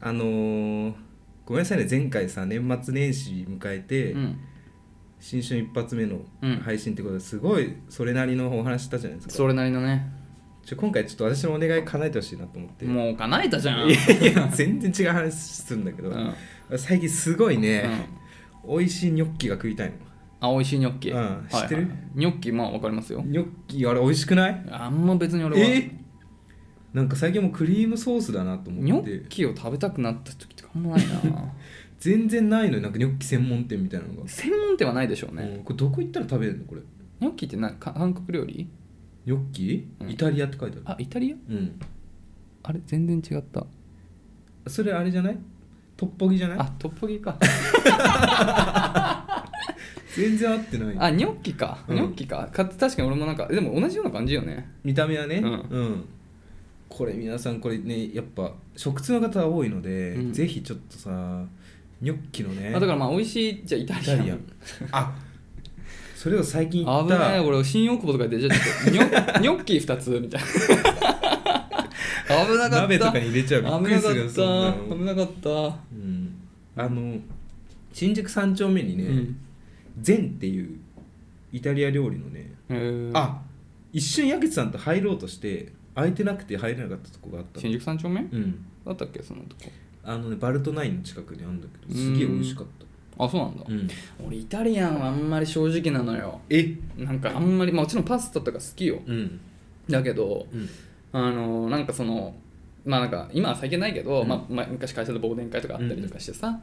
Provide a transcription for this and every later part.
あのーごめんなさいね前回さ年末年始迎えて、うん、新春一発目のうん配信ってことですごいそれなりのお話したじゃないですか、それなりのねちょ今回ちょっと私のお願い叶えてほしいなと思ってもう叶えたじゃんいやいや全然違う話するんだけうど、ん、うん、最近すごいね、美味しいニョッキが食いたいのあ美味しいニョッキ、うんはいはい知ってるニョッキまあわかりますよニョッキあれ美味しくないあんま別にえ俺はなんか最近もうクリームソースだなとニ思っョてッキを食べたくなった時とかあんまないな全然ないのよなんかニョッキ専門店みたいなのが、専門店はないでしょうね、うんこれどこ行ったら食べれるのこれニョッキってなか韓国料理ニョッキ、うんイタリアって書いてあるあイタリアうんあれ全然違ったそれあれじゃないトッポギじゃないあトッポギか全然合ってないあニョッキかうんニョッキかか確かに俺もなんかでも同じような感じよね見た目はね、うんこれ皆さんこれねやっぱ食通の方多いので、うんぜひちょっとさニョッキのねあだからまあ美味しいじゃあイタイリアタンリアンあそれを最近行っ危ないた俺新大久保とかでじゃあ ニョニョッキー2つみたいな危なかった鍋とかに入れちゃうびっく危りなすかるよっそんなのた危なかったうん、あの新宿三丁目にうねん禅、ゼンっていうイタリア料理のね、へーあ一瞬矢口さんと入ろうとして空いてなくて入れなかったとこがあったの新宿三丁目うんだったっけそのとこあのねバルトナインの近くにあるんだけどすげえ美味しかったあそうなんだ、うん俺イタリアンはあんまり正直なのよえなんかあんまりまあもちろんパスタとか好きようんだけどあのなんかそのまあなんか今は最近ないけど、うんまあ、まあ昔会社で忘年会とかあったりとかしてさ、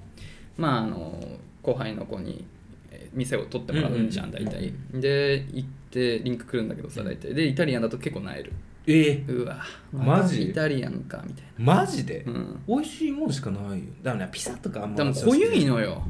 まああの後輩の子にえー店を取ってもらうんじゃんうん大体で行ってリンク来るんだけどさ大体でイタリアンだと結構なえるえーうわマジまたイタリアンかみたいマジでなうん美味しいもんしかないよだからねピザとかあんまでも濃ゆいのよ、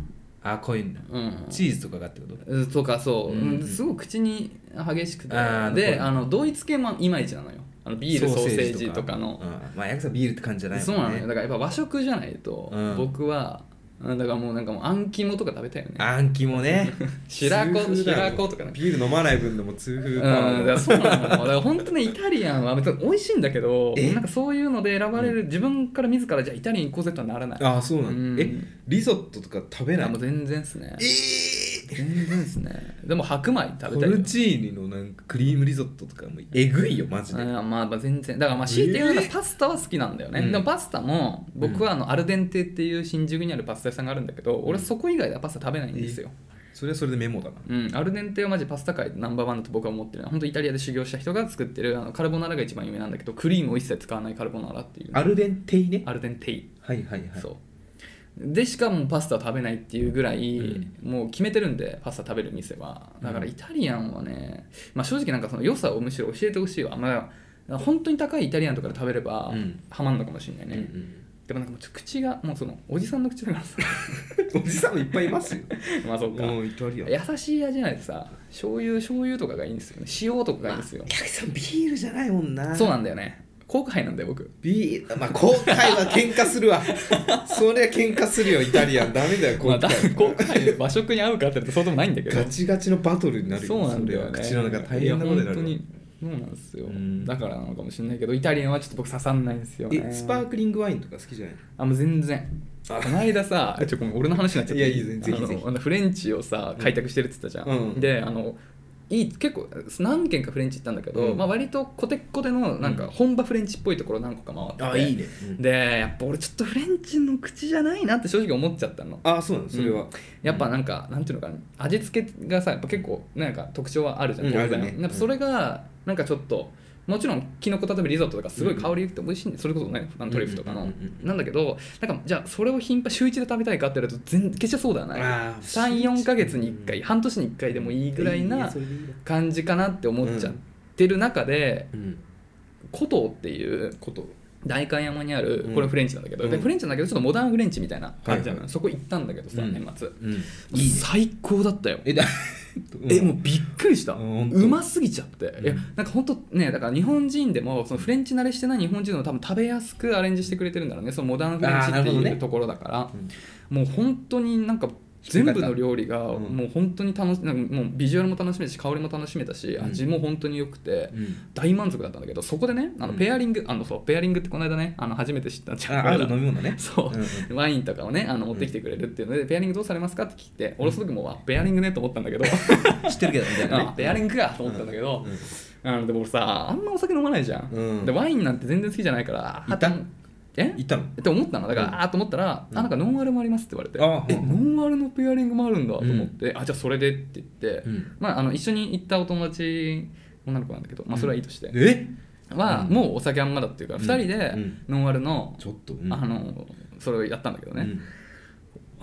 あ濃いんだうん、チーズとかがってこととかそう、うんうんすごく口に激しくてあーで残るあのドイツ系もいまいちなのよあのビールソーセージとかのうんまあヤクザビールって感じじゃないもんそねうなのよだからやっぱ和食じゃないと、うん僕はうんだからもうなんかもうあん肝とか食べたよねあんきもね 白痛子風だ白よ子とかねビール飲まない分でも痛う風ん、パワだーかがらそうなのよだから本当ねイタリアンは別に美味しいんだけどえなんかそういうので選ばれる自分から自らじゃあイタリアン行こうぜとはならないああそうなうんのえリゾットとか食べないあもう全然っすねえー全然っすねでも白米食ポべたいよルチーニのなんかクリームリゾットとかもえぐいよマジでうんまあまあ全然だからまあ強いて言うならえパスタは好きなんだよね、うんでもパスタも僕はあのアルデンテっていう新宿にあるパスタ屋さんがあるんだけど、俺そこ以外ではパスタ食べないんですよ、それはそれでメモだなうん、アルデンテはマジパスタ界ナンバーワンだと僕は思ってる本当イタリアで修行した人が作ってるあのカルボナーラが一番有名なんだけどクリームを一切使わないカルボナーラっていうアルデンテイねアルデンテイ、はいはいはいそうでしかもパスタを食べないっていうぐらい、うんもう決めてるんでパスタ食べる店はだからうんイタリアンはね、まあ、正直なんかその良さをむしろ教えてほしいわ、まあ、本当に高いイタリアンとかで食べれば、うんハマんのかもしれないね、でもなんかもうちょっと口がもうそのおじさんの口だからさ おじさんもいっぱいいますよまあそうかもうイタリアン優しい味なんでさ醤油醤油とかがいいんですよね塩とかがいいんですよお、客さんビールじゃないもんなそうなんだよね後悔なんだよ僕ビールまあ後悔は喧嘩するわ そりゃ喧嘩するよイタリアンダメだよ後まあ、だ悔、後悔で和食に合うかって言うとそうでもないんだけどガチガチのバトルになるよそうなんだよねそれは口の中大変なことになるわいや本当にそうなんですようんだからなのかもしれないけどイタリアンはちょっと僕刺さんないんですよ、ね、えスパークリングワインとか好きじゃないあもう全然あこの 間さちょごめん俺の話になっちゃったいやいいぜぜひぜひあのあのフレンチをさ開拓してるって言ったじゃん、うんであのいい結構何軒かフレンチ行ったんだけど、うんまあ、割とコテッコテのなんか本場フレンチっぽいところ何個か回っててね、うんでやっぱ俺ちょっとフレンチの口じゃないなって正直思っちゃったのあそうなのそれは、うんやっぱなんか、なんていうのかな味付けがさやっぱ結構なんか特徴はあるじゃん、うん当然あるねやっぱそれがなんかちょっともちろんきのこ例えばリゾットとかすごい香りよくて美味しいんでそれこそねあのトリュフとかうの、んうんうんうんなんだけどなんかじゃあそれを頻繁週一で食べたいかって言われると全然決してそうではないあー34か月に1回、うん半年に1回でもいいぐらいいいなそれでいいな感じかなって思っちゃってる中でうん古都っていうこと代官山にあるうんこれフレンチなんだけど、でうんフレンチなんだけどちょっとモダンフレンチみたいな感じなのよ、はいはいそこ行ったんだけどさ、うん年末うん最高だったよえだえもうびっくりした、ううんほんとますぎちゃって、んいやなんか本当ねだから日本人でもそのフレンチ慣れしてない日本人の多分食べやすくアレンジしてくれてるんだろうねそのモダンフレンチあーなるってほどいねうところだからもう本当になんか全部の料理がうんもう本当に楽しなんかもうビジュアルも楽しめたし香りも楽しめたしうん味も本当に良くてうん大満足だったんだけどそこでねあのうんペアリング、あのそうペアリングってこの間ねあの初めて知ったんじゃあんあ俺るら飲み物ねそううんうん、 ワインとかをねあの持ってきてくれるっていうので、ペアリングどうされますかって聞いて俺その時もうあペアリングねと思ったん だけど知ってるけどみたいなねあ ペアリングかと思ったんだけど、うんあのでも俺さあんまお酒飲まないじゃん、うんでワインなんて全然好きじゃないからいたあえ行ったのって思ったのだから、うんあーと思ったら、うんあなんかノンアルもありますって言われて、あーえほうノンアルのペアリングもあるんだと思って、あじゃあそれでって言って、うんまあ、あの一緒に行ったお友達女の子なんだけど、まあ、それはいいとして、えは、うんもうお酒あんまだっていうから、うん2人でうんノンアルの,、ちょっと、うんあのそれをやったんだけどね、うん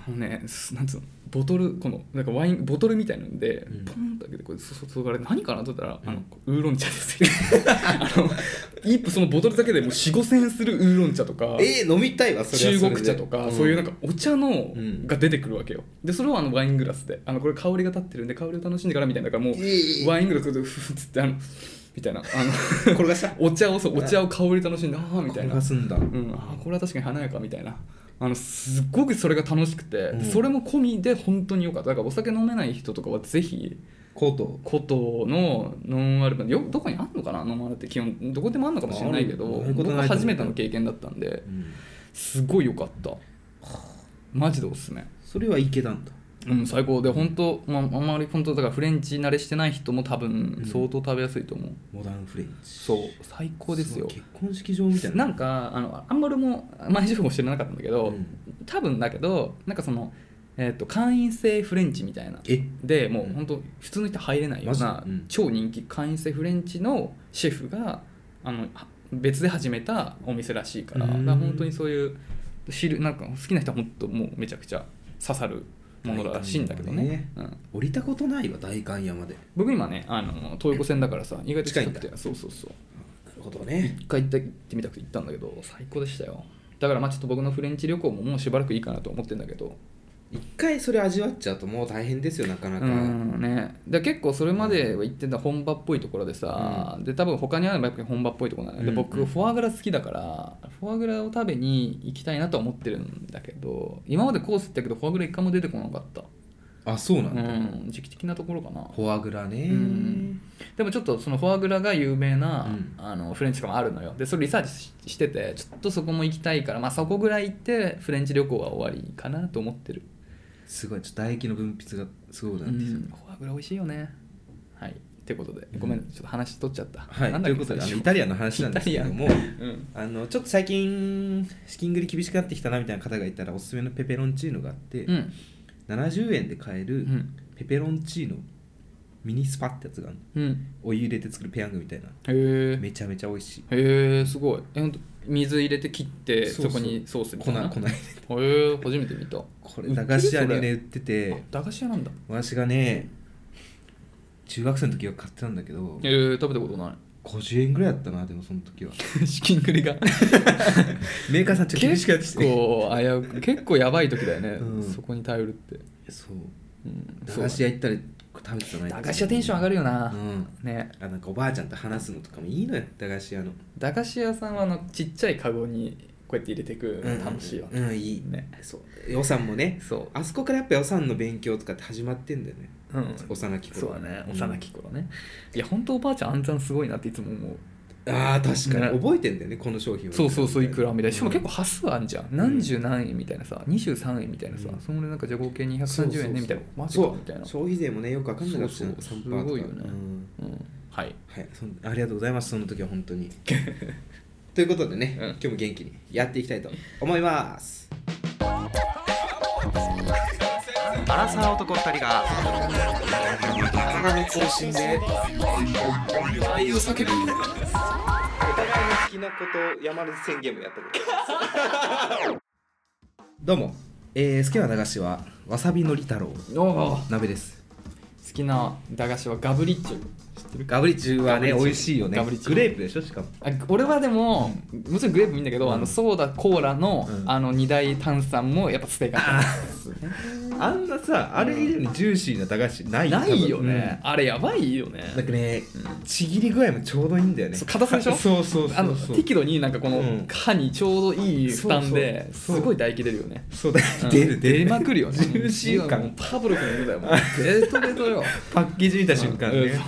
あのねすなんつうのボトルこのなんかワインボトルみたいなんで、うんポンと開けてこれそそそがれ何かなと言ったら、うんあのウーロン茶ですよ あの一歩そのボトルだけでもう4 5千円するウーロン茶とかえー飲みたいわそれ中はそれで国茶とか、そういうなんかお茶のうんが出てくるわけよでそれをあのワイングラスであのこれ香りが立ってるんで香りを楽しんでからみたいなだからもういいワイングラスでふっつってあのみたいなあ の転がしたお茶をそうお茶を香り楽しんでああみた転いながすんだうん、あこれは確かに華やかみたいなあのすっごくそれが楽しくて、うんそれも込みで本当に良かっただからお酒飲めない人とかはぜひコート古都のノンアルバムよどこにあんのかなノンアルって基本どこでもあんのかもしれないけどあるあることない僕とは思う初めての経験だったんでうんすごい良かったマジでおすすめそれはいけたんだうん最高で本当、まあ、あんまり本当だからフレンチ慣れしてない人も多う分ん相当食べやすいと思う、モダンフレンチそう最高ですよごい結婚式場みたいななんかあのあんまりも前情報知らなかったんだけど、うん多分だけどなんかその、えー、と会員制フレンチみたいなえでもうんう本当普通の人入れないようマな、ジうん超人気会員制フレンチのシェフがあのは別で始めたお店らしいからうだんから本当にそういう知るなんか好きな人は本当もうめちゃくちゃ刺さるものらしいんだけどねうん、降りたことないわ代官山で僕今ねあの東横線だからさ意外と近く近いてそうそうそうなるほどね一回行って行ってみたくて行ったんだけど最高でしたよだからまあちょっと僕のフレンチ旅行ももうしばらくいいかなと思ってんだけど一回それ味わっちゃうともう大変ですよなかなかう、んね、で結構それまでは行ってた本場っぽいところでさ、で多分他にあるのもやっぱり本場っぽいところなんだけど、うんうん僕フォアグラ好きだからフォアグラを食べに行きたいなとは思ってるんだけど今までコース行ったけどフォアグラ一回も出てこなかった、あそうなうんだ、ん、時期的なところかなフォアグラね、うんでもちょっとそのフォアグラが有名な、うんあのフレンチとかもあるのよでそれリサーチししててちょっとそこも行きたいから、まあ、そこぐらい行ってフレンチ旅行は終わりかなと思ってる、すごいちょっと唾液の分泌がすごくうなってきた、んフォアグラ美味しいよねはいってことでごめんちょっと話取っちゃった、はいなんとだいっうけことであ最の初イタリアンの話なんですけどもうん あのちょっと最近資金繰り厳しくなってきたなみたいな方がいたらおすすめのペペロンチーノがあって、うん70円で買えうるんペペロンチーノミニスパってやつがあるのうんお湯入れて作るペヤングみたいなへえめちゃめちゃ美味しいへえすごいえほんと水入れて切ってそうそそうこにソースみ粉たいな粉入れ てへえ初めて見たこれ駄菓子屋にね売ってあて駄菓子屋なんだ私がね中学生の時は買ってたんだけどえー、食べたこ とな50円ぐらいだったなでもその時はい資金繰りがメーカーさんちょっと厳しくやってき結て構危うく結構やばい時だよね、うんそこに頼るって、そううん駄菓子屋行ったら食べてたのそうにだ駄菓子屋テンション上がるよな、うんねあなんかおばあちゃんと話すのとかもいいのよ駄菓子屋の駄菓子屋さんはあのちっちゃいカゴにこうやって入れてくの楽しいよね、うんうんいいねそう予算もねそあそこからやっぱ予算の勉強とかって始まってんだよねう、うん、幼き頃そうだね幼き頃ね、いや本当おばあちゃん暗算すごいなっていつも思うあー確かにね覚えてんだよねこの商品はそうそうそういくらみたいなしかも結構構端数あんじゃん何十何円みたいなさ23円みたいなさ、うんそのなんかじゃあ合計230円ねみたいなマジかみたいな消費税もねよくわかんなかったじゃんそうそう3%とかすごいよねうんうんはいはいそんありがとうございますその時は本当に ということでね、うん今日も元気にやっていきたいと思いますアラサー男2人が中道を死んで愛を叫ぶお互いの好きなことを山根宣言もやった ことどうも、えー、好きな駄菓子はわさびのり太郎おー鍋です好きな駄菓子はガブリッチョ知ってるガブリチュはねガブ美リチュ味しいよねガブリチュグレープでしょしかもあ俺はでも、もちろんグレープもいいんだけど、うんあのソーダコーラの、うんあの二大炭酸もやっぱステーキだったですねあんなさあれ以上にジューシーな駄菓子ないないよね、、あれやばいよね多分うんなんかね、ちぎり具合もちょうどいいんだよねそう硬さでしょそうそうそうあのそう適度になんかこのうん歯にちょうどいい負担そうでそうそうすごい唾液出るよねそうだよ、うん出る出る出まくるよねジューシーもう感パブロフの犬だよもうベトベトよパッケージ見た瞬間うんねそう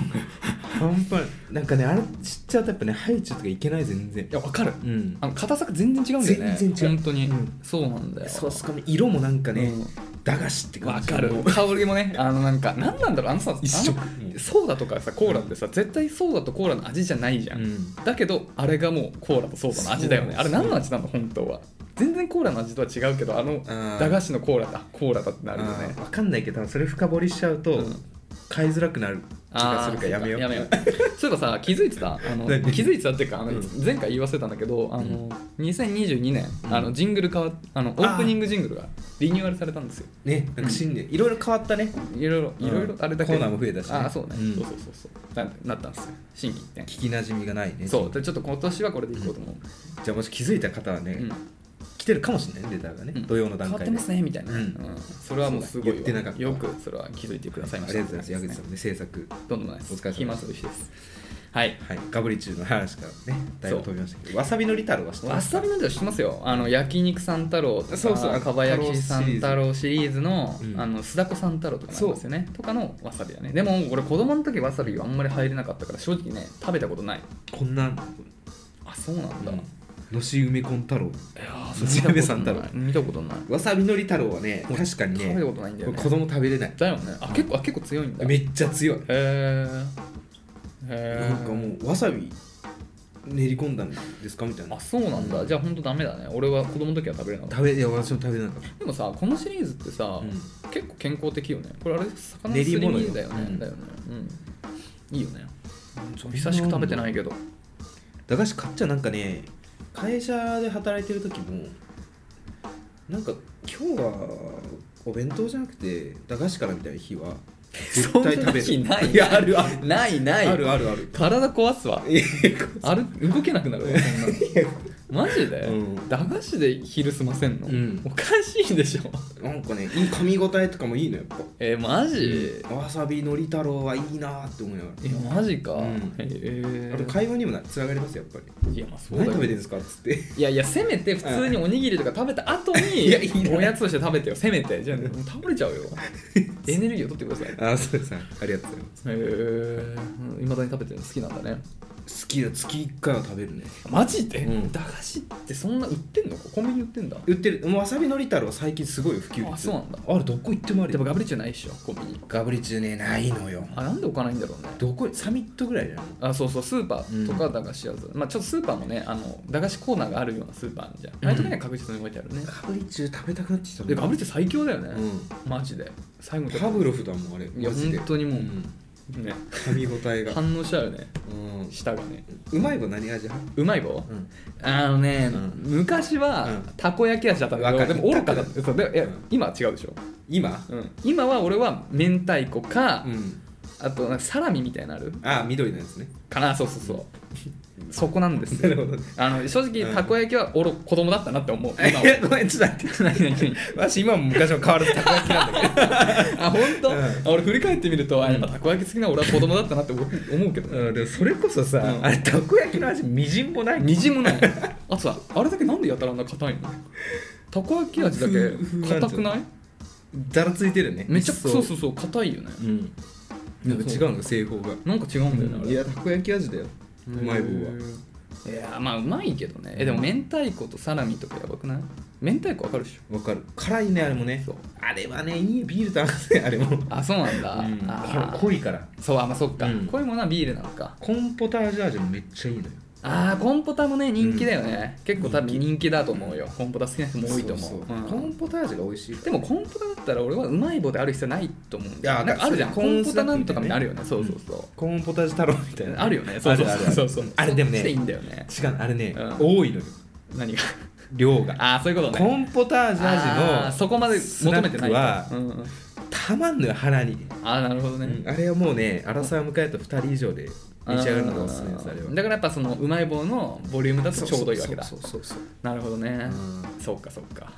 半端ないなんかねあれ知っちゃうとやっぱねハイチュウとかいけない全然いやわかるうんあの硬さが全然違うんだよね全然違う本当に、うんそうなんだよそうしかも色もなんかね、うん駄菓子ってわ感じかる香りもねあのなんか何なんだろうあのさ一緒あのうんソーダとかさコーラってさ絶対ソーダとコーラの味じゃないじゃん、うんだけどあれがもうコーラとソーダの味だよねそうあれ何の味なの本当は全然コーラの味とは違うけどあのん駄菓子のコーラだコーラだってなるよね分かんないけどそれ深掘りしちゃうと、うん買いづらくなる気がするからやめようあーそうかやめよ うそういえばさ気づいてた あの何気づいてたっていうかあの、うん前回言い忘れたんだけどあの、うん2022年うんあのジングル変わっあのオープニングジングルがリニューアルされたんですよねなんか新年、いろいろ変わったねいろいろうんいろいろあれだけコーナーも増えたしねあそうね、うんそうそうそうそうななったんですよ新規一点聞きなじみがないねそうでちょっと今年はこれでいこうと思う、じゃあもし気づいた方はね、うん来てるかもしれないねレターがね、うん土曜の段変わっ階てでますねみたいな、うんそれはもうすごいわ言ってなかったよくそれは気づいてくださいまあしりたがとうございます矢口さんもね制作どんどんないですお疲れ様です暇つぶしですはいはいガブリチューの話からねだいぶ飛びましたけどわさびのリタルは知ってわますさびなんて知ってますよあの焼肉三太郎とかそうそうかば焼き三太郎シリーズのうんあの須田子三太郎とかなんですよねとかのわさびだねでも俺子供の時わさびはあんまり入れなかったから正直ね食べたことないこんな、あそうなんだ、いのし梅こん太郎やーー見たことない西山三太郎見たことないわさびのり太郎はねうん確かに食べねたことないんだよね子供食べれないだよねあ結構あ結構強いんだめへっちゃ強いえへなんかえもうわさび練り込んだんですかみたいなあそうなんだ、じゃあほんとダメだね俺は子供の時は食べれなかった食べいや私も食べれなかっでもさこのシリーズってさ、た、うん結構健康的よねこれあれ練魚のりすり物身よだよね、うんだよねうんいいよね久しく食べてないけど駄菓子買っちゃなんかね会社で働いてる時もなんか今日はお弁当じゃなくて駄菓子からみたいな日は絶対食べるそんな日ないいやあるあるないな あるあるある体壊すわいやあれ動けなくなるわそんなのマジで、うん駄菓子で昼済ませんの、うんおかしいでしょなんかねいい噛み応 えとかもいいのやっぱえマジ、わさびのり太郎はいいなって思いながらいやマジか、うんへえあと会話にもなつながりますよやっぱりいやまあそうだ何よ食べてるんですかっつっていやいやせめて普通におにぎりとか食べた 後いやいにらないおやつとして食べてよせめてじゃあ倒れち ゃうよエネルギーを取ってくださいあそうですねありがとうございまへえいまだに食べてるの好きなんだねす好きだ月1回は食べるねマジで、うん駄菓子ってそんな売ってんのコンビニ売ってんだ売ってるもうわさびのり太郎最近すごい普及率あそうなんだあれどこ行ってもあるよでもガブリッチョないっしょコンビニガブリチューねないのよあなんで置かないんだろうねどこサミットぐらいだよあそうそうスーパーとか駄菓子屋さん、まあちょっとスーパーもねあの駄菓子コーナーがあるようなスーパーあるじゃん、ああいうとこには確実に置いてあるねガブリチュー食べたくなってきたでガブリッチチョ最強だよね、うんマジで最後にパブロフだもんあれいやマジで本当にもうんね噛み応えが反応しちゃうよねうん舌がねうまい棒何味派うまい棒うんあのね、う昔は、うんたこ焼き味だったんだわけかどでるも愚かだったそうでいや、うん今は違うでしょ、今うん、今は俺は明太子か、んあとなんかサラミみたいなのあるあ緑のやつねかなそうそうそうそこなんですなよるほどあの正直うんたこ焼きは俺子供だったなって思う今いはやごめんちょっと待っ何 何何てわし今も昔も変わらずたこ焼きなんだけどあ本当、うんあ俺振り返ってみると、あやっぱたこ焼き好きな俺は子供だったなって思う思うけどね、うんでもそれこそさ、うんあれたこ焼きの味みじんもないみじんもない あとさあれだけなんでやたらあんな硬いのたこ焼き味だふけ硬くないざらついてるねめちゃくそうそううそう硬いよねうんなんか違うの製法がなんか違うんだよねあれいやたこ焼き味だようまい棒はへーいやーまあうまいけどねえでも明太子とサラミとかやばくない明太子わかるでしょわかる辛いねあれもねそうあれはねいいビールと合わせあれも、あそうなんだ、うんあこれー濃いからそうあまあそっか、うんこういうものはビールなのかコンポタージュ味もめっちゃいいのよああコンポタもね人気だよね、結構多分人気だと思うよコンポタ好きな人も多いと思うそそうんコンポタージュが美味しいでもコンポタだったら俺はうまい棒である必要ないと思うんだよいやなんかあるじゃんそコうンポタなんとかみたいなのあるよねコンスそナうックみそうそうコーンポタージュ太郎みたいなあるよねそうそうあるあるあるそうそうあれでもねそっちいいんだよね違うのあれね、うん多いのよ何が量がああそういうことねコンポタージュあー味のそこまで求めてないとスナックうんうんたまんのよ腹に、ああなるほどね、うんあれはもうね荒さを迎えた2人以上で召し上がるのがおすすめですあれはだからやっぱそのうまい棒のボリュームだとちょうどいいわけだそうそうそうそうなるほどね、うんそうかそうか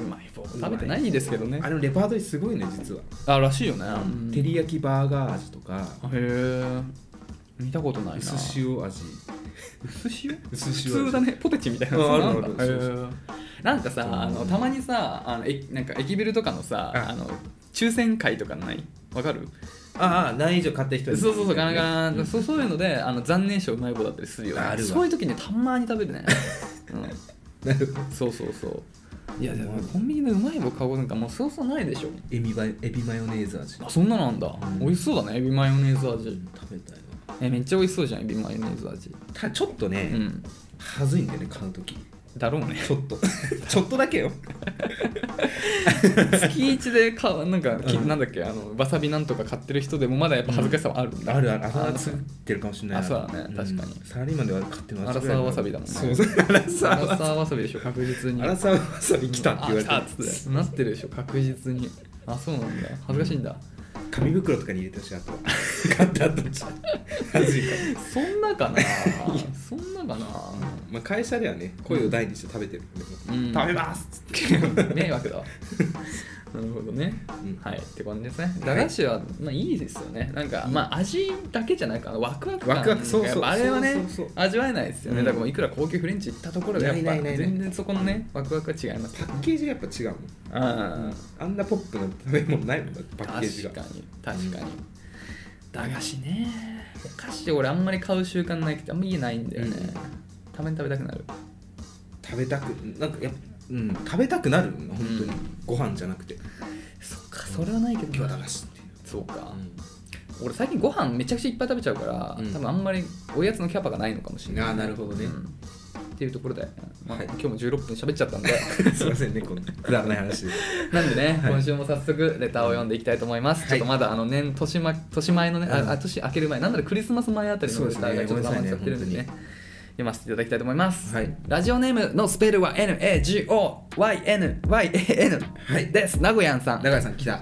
うまい棒食べてないですけどねあれのレパートリーすごいね実は、あらしいよね、うん照り焼きバーガー味とかへえ見たことないな薄塩味薄塩薄普塩通だねポテチみたいなうんそうなんあるあだへるあるそうーなんかそうさあのたまにさあのえなんか駅ビルとかのさああの抽選会とかないわかるああ何以上買った人そうにそうそうガラガラ、うんそうそういうのであの残念賞うまい棒だったりするよねあるわそういう時にたまに食べる ね、なるほどうん、そうそうそういやでもうんコンビニでうまい棒買うことなんかもうそうそうないでしょエビマヨエビマヨネーズ味あそんなのあんだ、うん美味しそうだねエビマヨネーズ味食べたいなえめっちゃ美味しそうじゃんエビマヨネーズ味ただちょっとうね、んはずいんだよね買う時だろうねちょっと ちょっとだけよ月一で買うなんか、きうんなんだっけあのわさびなんとか買ってる人でもまだやっぱ恥ずかしさはあるんだ、あるある朝あつってるかもしれないあそうだねん確かにサラリーマンでは買ってますアラサーわさびだもんねそうそうアラサアーラわさサーわさびでしょ確実びにアラサーわさび来たって言われてあ来たっつってなってるでしょ確実にあそうなんだ恥ずかしいんだ、紙袋とかに入れてほしいあ とは買った後にはずいからそんなかなそんなかな まあ会社ではね声を大にして食べてるんでうん食べますっつって迷惑だわなるほどね、うんはいって感じですね駄菓子は、まあ、いいですよねなんか、まあ味だけじゃないかなワクワク感ワクワクそうそうやっぱあれはねそうそうそう味わえないですよね、うんだからもういくら高級フレンチ行ったところでやっぱないないないない全然そこのねワクワクは違いますパッケージがやっぱ違うもんああんなポップな食べ物ないもんだってパッケージ確がかに確かに、駄菓子ねお菓子俺あんまり買う習慣ないけどあんま家ないんだよね、うんたまに食べたくなる食べたくなんかやっぱうん食べたくなるの本当うにご飯じゃなくてそっかそれはないけど今日は駄菓子っていうそうか、俺最近ご飯めちゃくちゃいっぱい食べちゃうから、うん多分あんまりおやつのキャパがないのかもしれないあーなるほどねうんっていうところで、まあはい今日も16分喋っちゃったんですいませんね、 こんなくだらない話で。 なんでね、今週も早速レターを読んでいきたいと思います、はいちょっとまだあの年年,、ま、年前のね、うんああ年明ける前なんだろうクリスマス前あたりのレターがちょっと溜まっちゃってるんそうででねすねごめんなさいね読ませていただきたいと思います、はいラジオネームのスペルは NAGOYNYAN です、名古屋さん中谷さん、来た。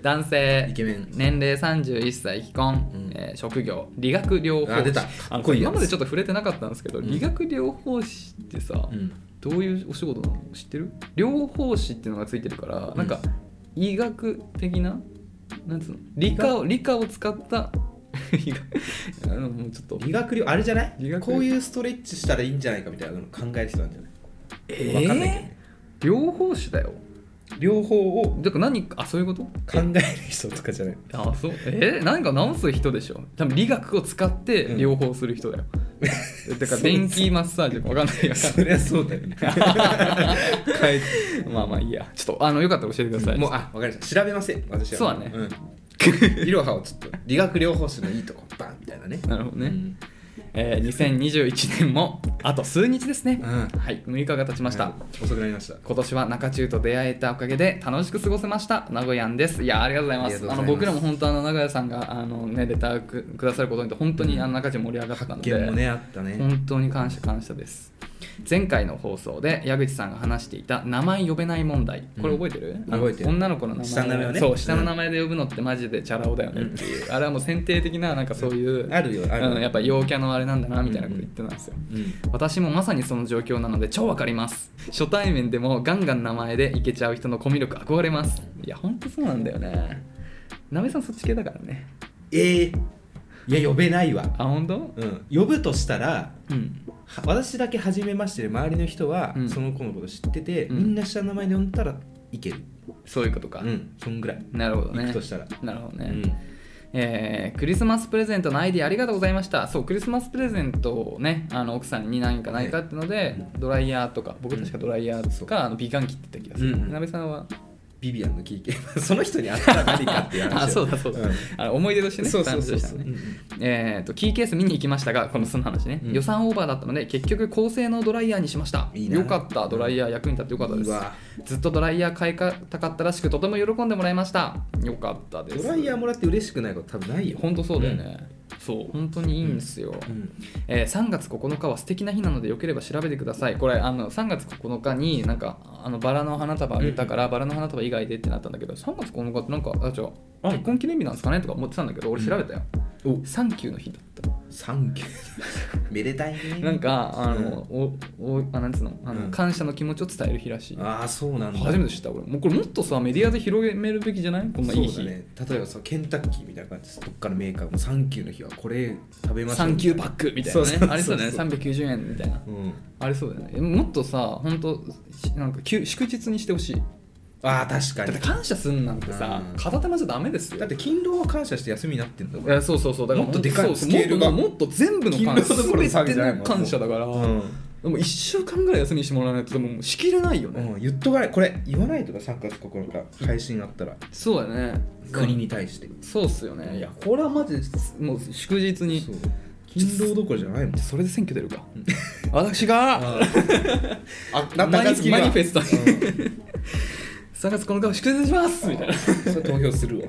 男性イケメン年齢31歳既婚、うんえー職業理学療法士あ出たあかっのこいいやつ今までちょっと触れてなかったんですけど、ん理学療法士ってさ、うんどういうお仕事なの知ってる療法士っていうのがついてるから、なんか医学的ななんつうの理科を理科を使った 医学あのもうちょっと理学療、あれじゃない理学療こういうストレッチしたらいいんじゃないかみたいなのを考える人なんじゃないえわかんないけどね。ー療法士だよ両方を考だから何かあそういうことえる人とかじゃ ない。あそうえー、何か治す人でしょ多分理学を使ってうん療法する人 だよ、だかそうら電気マッサージとかわかんないよそ りゃそうだよね。変えまあまあいいやちょっとあのよかったら教えてくださ いもう、あ、わかりました。調べません、私は。そうだねうん。いろはをちょっと、理学療法士のいいとこ、バンみたいなね。なるほどね、うんえー2021年もあと数日ですね、うんはい6日が経ちました、はい遅くなりました。今年は中中と出会えたおかげで楽しく過ごせました名古屋んですいやありがとうございまあすりあがとのうございます僕らも本当あの名古屋さんがあのねレターくくださることによって本当にあの中中盛り上がったの発で、見もね、あったね。本当に感謝感謝です前回の放送で矢口さんが話していた名前呼べない問題これ覚えてる、うん覚えてるあの女の子の名前下の名前をねそう下の名前で呼ぶのってマジでチャラ男だよねっていう、あれはもう先定的ななんかそういう、あるよ、あるよ。うん、やっぱ陽キャのあれなんだなみたいなこと言ってたんですよ、うん。私もまさにその状況なので超わかります初対面でもガンガン名前でいけちゃう人のコミュ力憧れますいやほんとそうなんだよねなべさんそっち系だからねええ。いや、呼べないわ。あ本当うん。呼ぶとしたら、うんは私だけ初めましてで周りの人はうんその子のこと知ってて、うんみんな下の名前で呼んだらいけるそういうことか、うんそんぐらいなるほどね行くとしたら、なるほどうね、ん、えークリスマスプレゼントのアイディアありがとうございましたそうクリスマスプレゼントをねあの奥さんに何かないかってので、ドライヤーとか僕確かドライヤーとか、あの美顔器って言った気がする、うんうんなべさんはビビアンのキーケ その人に会ったら何かっていう話 あそうだそうだ、んあの思い出としてねそうそうそう話でしそたう、ねうんえー、とキーケース見に行きましたがこのその話ね、うん予算オーバーだったので結局高性能ドライヤーにしましたいいなよかったドライヤー役に立ってよかったですうわずっとドライヤー買いかたかったらしくとても喜んでもらいましたよかったですドライヤーもらって嬉しくないこと多分ないよ、本当そうだよね、そう本当にいいんですよ、うんえー3月9日は素敵な日なのでよければ調べてくださいこれあの3月9日になんかあのバラの花束あげたから、バラの花束以外でってなったんだけど3月9日ってなんかあじゃああ結婚記念日なんですかねとか思ってたんだけど俺調べたよ、おサンキューの日だった三軒めでたいねなんかあの、おおあなんつうのあの、うん感謝の気持ちを伝える日らしいああそうなんだ初めて知った俺もうこれもっとさメディアで広めるべきじゃないこんないいそう日、だね例えばさケンタッキーみたいな感じですどっかのメーカーもサンキューの日はこれ食べましょうサンキューパックみたいそなねうそうそうありそうだよね390円みたいなうんありそうだよねもっとさ本当なんか休祝日にしてほしいああ確かだっにて感謝すんなんてさうん片手間じゃダメですよだって勤労は感謝して休みになってんだもいんやそうそうそうだからもっとでかいそうそうスケールがもっともっと全部の感謝金のところの騒全ぎてじゃないものん感謝だから、うでも1週間ぐらい休みにしてもらわないとでももうしきれないよね、ん、うん、言っとかないこれ言わないとか3月9日配信あったらそうだね国に対してそうっすよねいやこれはマジでもう祝日にそう勤労どころじゃないもんそれで選挙出るか私があマニ高槻がマニフェストう3月9日を祝日にしますみたいなんそれ投票するわ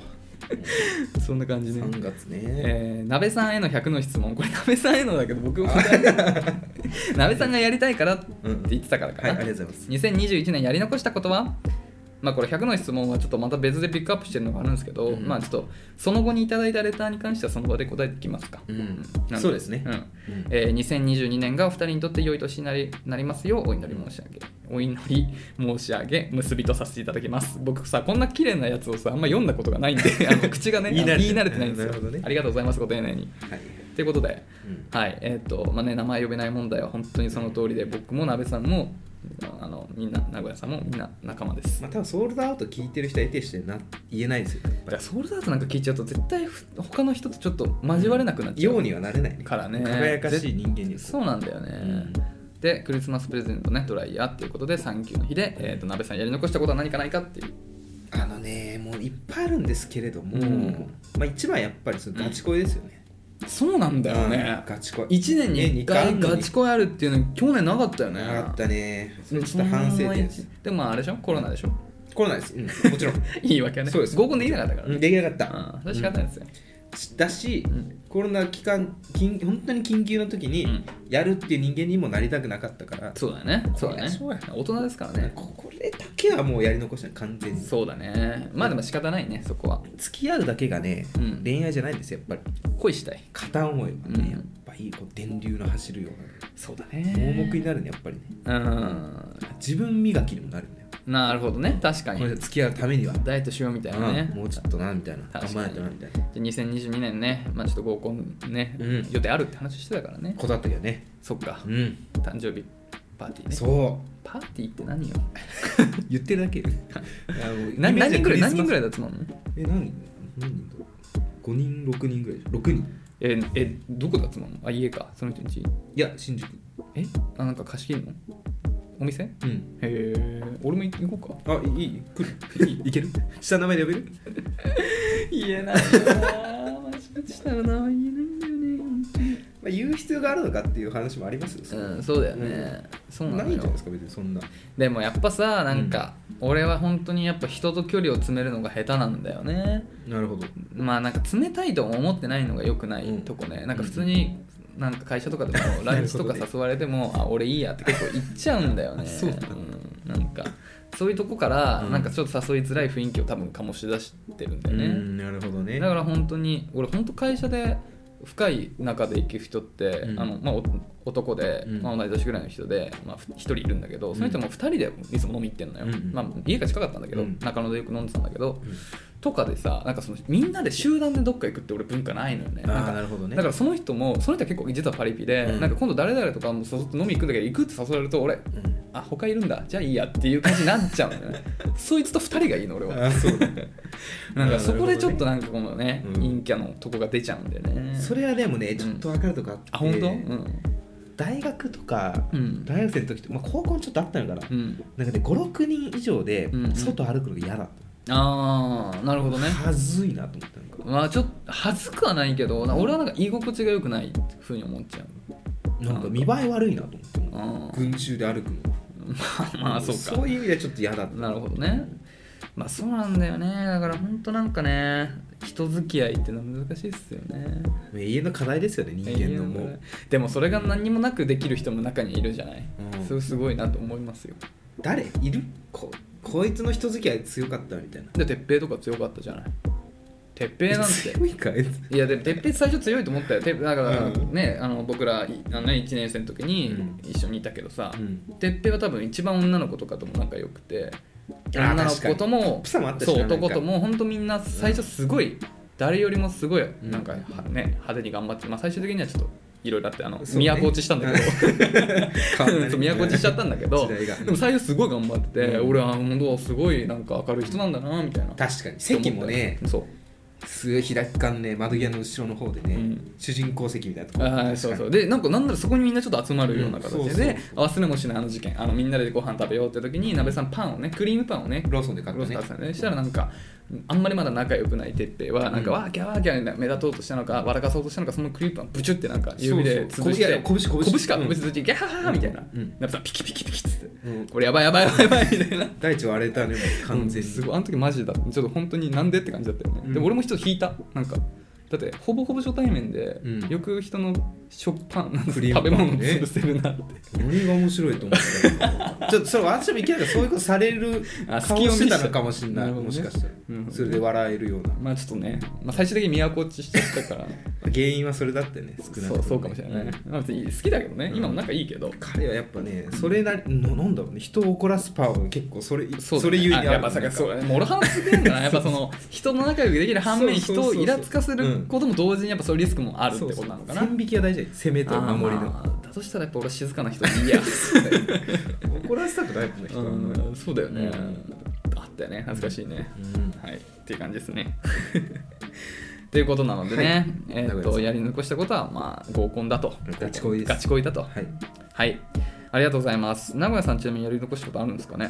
そんな感じね3月ねえー、鍋さんへの100の質問これ鍋さんへのだけど僕 も鍋さんがやりたいからって言ってたからかはいな、ありがとうございます2021年やり残したことはまあこれ100の質問はちょっとまた別でピックアップしてるのがあるんですけど、うんまあちょっとその後にいただいたレターに関してはその場で答えてきますか、うんなのそうですねうんうんえー2022年がお二人にとって良い年になりなりますようお祈り申し上げお祈り申し上げ結びとさせていただきます僕さこんな綺麗なやつをさあんま読んだことがないんで あの口がねあの言い慣れて言い慣れてないんですよなるほどねありがとうございますご丁寧にはいということでうんはいえっ、とまあね名前呼べない問題は本当にその通りで僕も鍋さんもあのみんな名古屋さんもみんな仲間ですまあ多分ソールドアウト聞いてる人は得てしてな言えないですよやっぱだかりらソウルダートなんか聞いちゃうと絶対ふ他の人とちょっと交われなくなっちゃう、ようにはなれないねからね輝かしい人間にはそうなんだよね、でクリスマスプレゼントねドライヤーっていうことでサンキューの日で、えー、と鍋さんやり残したことは何かないかっていうあのねもういっぱいあるんですけれども、うんまあ一番やっぱりそのガチ恋ですよね、そうなんだよね、ガチ恋一1年えに1二回あ回んのにガチ恋あるっていうの去年なかったよねなかったねそそれれちょっと反省点でですすでもまああれでしょコロナでしょコロナです、うん、もちろん、いいわけはねそうです合コンできなかったからうねん、できなかった、 うんそれ仕方ないですよ、だし、んコロナ期間緊本当に緊急の時うにんやるっていう人間にもなりたくなかったから、そうだよねそうだこれねそうや大人ですからねここれだけはもうやり残したの完全にそうだねまあでも仕方ないねそこは付き合うだけがね、うん恋愛じゃないんですよやっぱり恋したい片思いはね、うんやっぱいいこう電流の走るようそうだな盲目になるねやっぱりねうん自分磨きにもなるんだよなるほどね確かこれに付き合うためには、ダイエットしようみたいなねうんもうちょっとなみたいな頑確張かならにいとなみたいなで2022年ね、まあ、ちょっと合コンね、うん予定あるって話してたからねことあったけどねそっかうん誕生日パーティーねそパーティーって何よう言ってるだけよな 何人ぐらい何人ぐらいいだったのえ何人何人だろう5人6人ぐらいでしょ6人ええどこだったのあ家かその人んちいや新宿えあなんか貸し切るのお店へうんえ俺も行こうかあいいいい来るいいいける下の名前で呼べ る言えないよマジでしたらな言えないんだよねまあ、言う必要があるのかっていう話もありますよ。うんそうだよね、そうなないのんじゃよないですか、別にそんな。でもやっぱさなんか、俺は本当にやっぱ人と距離を詰めるのが下手なんだよねなるほど。まあなんか冷たいとも思ってないのが良くないとこね、なんか普通になんか会社と かでもランチとか誘われても、あ俺いいやって結構言っちゃうんだよねそうなんだんなんかそういうとこから、うんなんかちょっと誘いづらい雰囲気を多分醸し出してるんだよね、うん、なるほどね。だから本当に俺本当会社で深い中で生きる人って、うんあのまあ、お男で、うんまあ、同い年ぐらいの人で、まあ、ふ一人いるんだけどその人も二人でいつも飲み行ってんのよ、うんうんまあ、家が近かったんだけど、うん中野でよく飲んでたんだけど、んとかでさなんかそのみんなで集団でどっか行くって俺文化ないのよねあーなんかなるほどねだからその人もその人は結構実はパリピで、うんなんか今度誰々とかも誘って飲み行くんだけど行くって誘われると俺うんあ他いるんだじゃあいいやっていう感じになっちゃうんだ よねそいつと二人がいいの俺はあそうだなんあかーそこでちょっとなんかこのねなるほどね陰キャのとこが出ちゃうんだよねそれはでもね、ちょっと分かるとかあって、あ本当うん大学とか、うん大学生の時って、まあ、高校にちょっとあったのかな。うんなんかね、5、6人以上でうんうん外歩くのが嫌だと、ああなるほどねはずいなと思ったのかまあちょっと恥ずくはないけどな俺はなんか居心地が良くないってふうに思っちゃうなんか見栄え悪いなと思っあて群衆で歩くのーまあそうかそういう意味ではちょっと嫌だとなるほどねまあそうなんだよねだから本当なんかね人付き合いってのは難しいっすよね永遠の課題ですよね人間のもうでもそれが何もなくできる人も中にいるじゃない、うんそれすごいなと思いますよ誰いるここいつの人付き合い強かったみたいなで鉄平とか強かったじゃない鉄平なんて強いかあ いついやでも鉄平最初強いと思ったよてだからうんね、あの僕らいあの、ね、1年生の時にうん一緒にいたけどさ、うんてっぺいは多分一番女の子とかとも仲良くてあー女の確か子にともプサもあったしそうななんか男とも本当みんな最初すごい、誰よりもすごいんなんか、はね派手に頑張って、まあ、最終的にはちょっといろいろあってあの、そうね都落ちしたんだけどそう都落ちしちゃったんだけど時代がでも最初すごい頑張ってて、うん俺は本当すごいなんか明るい人なんだなみたいな確かに席もねそうすごい開かんね窓際の後ろの方でね、うん主人公席みたいなとこあーそうそうでなんかなんならそこにみんなちょっと集まるような形で、うんそうそう忘れもしないあの事件あのみんなでご飯食べようって時に鍋さんパンをねクリームパンをねローソンで買ったねロスターさんねしたらなんかあんまりまだ仲良くないてっぺいはなんかうんわーキャーわーキャー目立とうとしたのか笑かそうとしたのかそのクリームパンブチュってなんか指でそうそう潰していやいや拳拳拳かうん拳ついてギャーみたいなうんなんかさピキピキピキっつってうんこれやばいやばいやばいやばいみたいな大地割れたねもう完全うに、んすごいあの時マジだちょっと本当になんでって感じだったよね、うんでも俺も一つ引いたなんかだってほぼほぼ初対面で、うんよく人の食パンなんかク食リべームパン物をね潰せるなって何が面白いと思ったのちょっとそれ私もいけないからそういうことされるあ顔隙を見してせたたのかもしれないなるほどもねしかしたら、うんそれで笑えるようなまあちょっとね、まあ、最終的に都落ちしちゃった から原因はそれだってね少なくとそうそうかもしれない、うんまあ、別に好きだけどね、うん今も仲いいけど彼はやっぱねそれなりのなんだろうね人を怒らすパワーが結構それそ,、うだねれゆえにああやるっぱさなんかそうだねもう俺話すぎるんだなやっぱその人の仲良くできる反そう面人そうそうをそうイラつかせることも同時にやっぱそういうリスクもあるってことなのかなそうそう線引きが大事だよ攻めとあー守りのまあだとしたらやっぱ俺は静かな人 でいいや怒らせたくないもんね人はあんまりうんそうだよね、うんあったよね恥ずかしいね、うんはいっていう感じですね ということなのでね、はいえー、名古屋さとんやり残したことはまあ合コンだとガチ恋ですガチ恋だとはい、はいありがとうございます名古屋さんちなみにやり残したことあるんですかね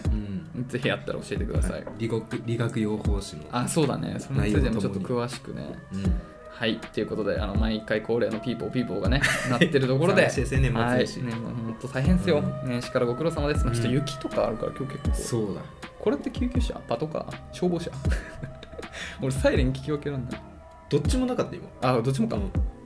うんぜひあったら教えてください、はい理学理学療法士のあそうだねそのについてもちょっと詳しくねうんはいということであの毎回恒例のピーポーピーポー がねなってるところで寂しいですね年末はい年始ねもう本当大変ですよ、う年始からご苦労様です、ちょっと雪とかあるから今日結構そうだこれって救急車パトカー消防車 俺サイレン聞き分けらんないどっちもなかった今あどっちもか、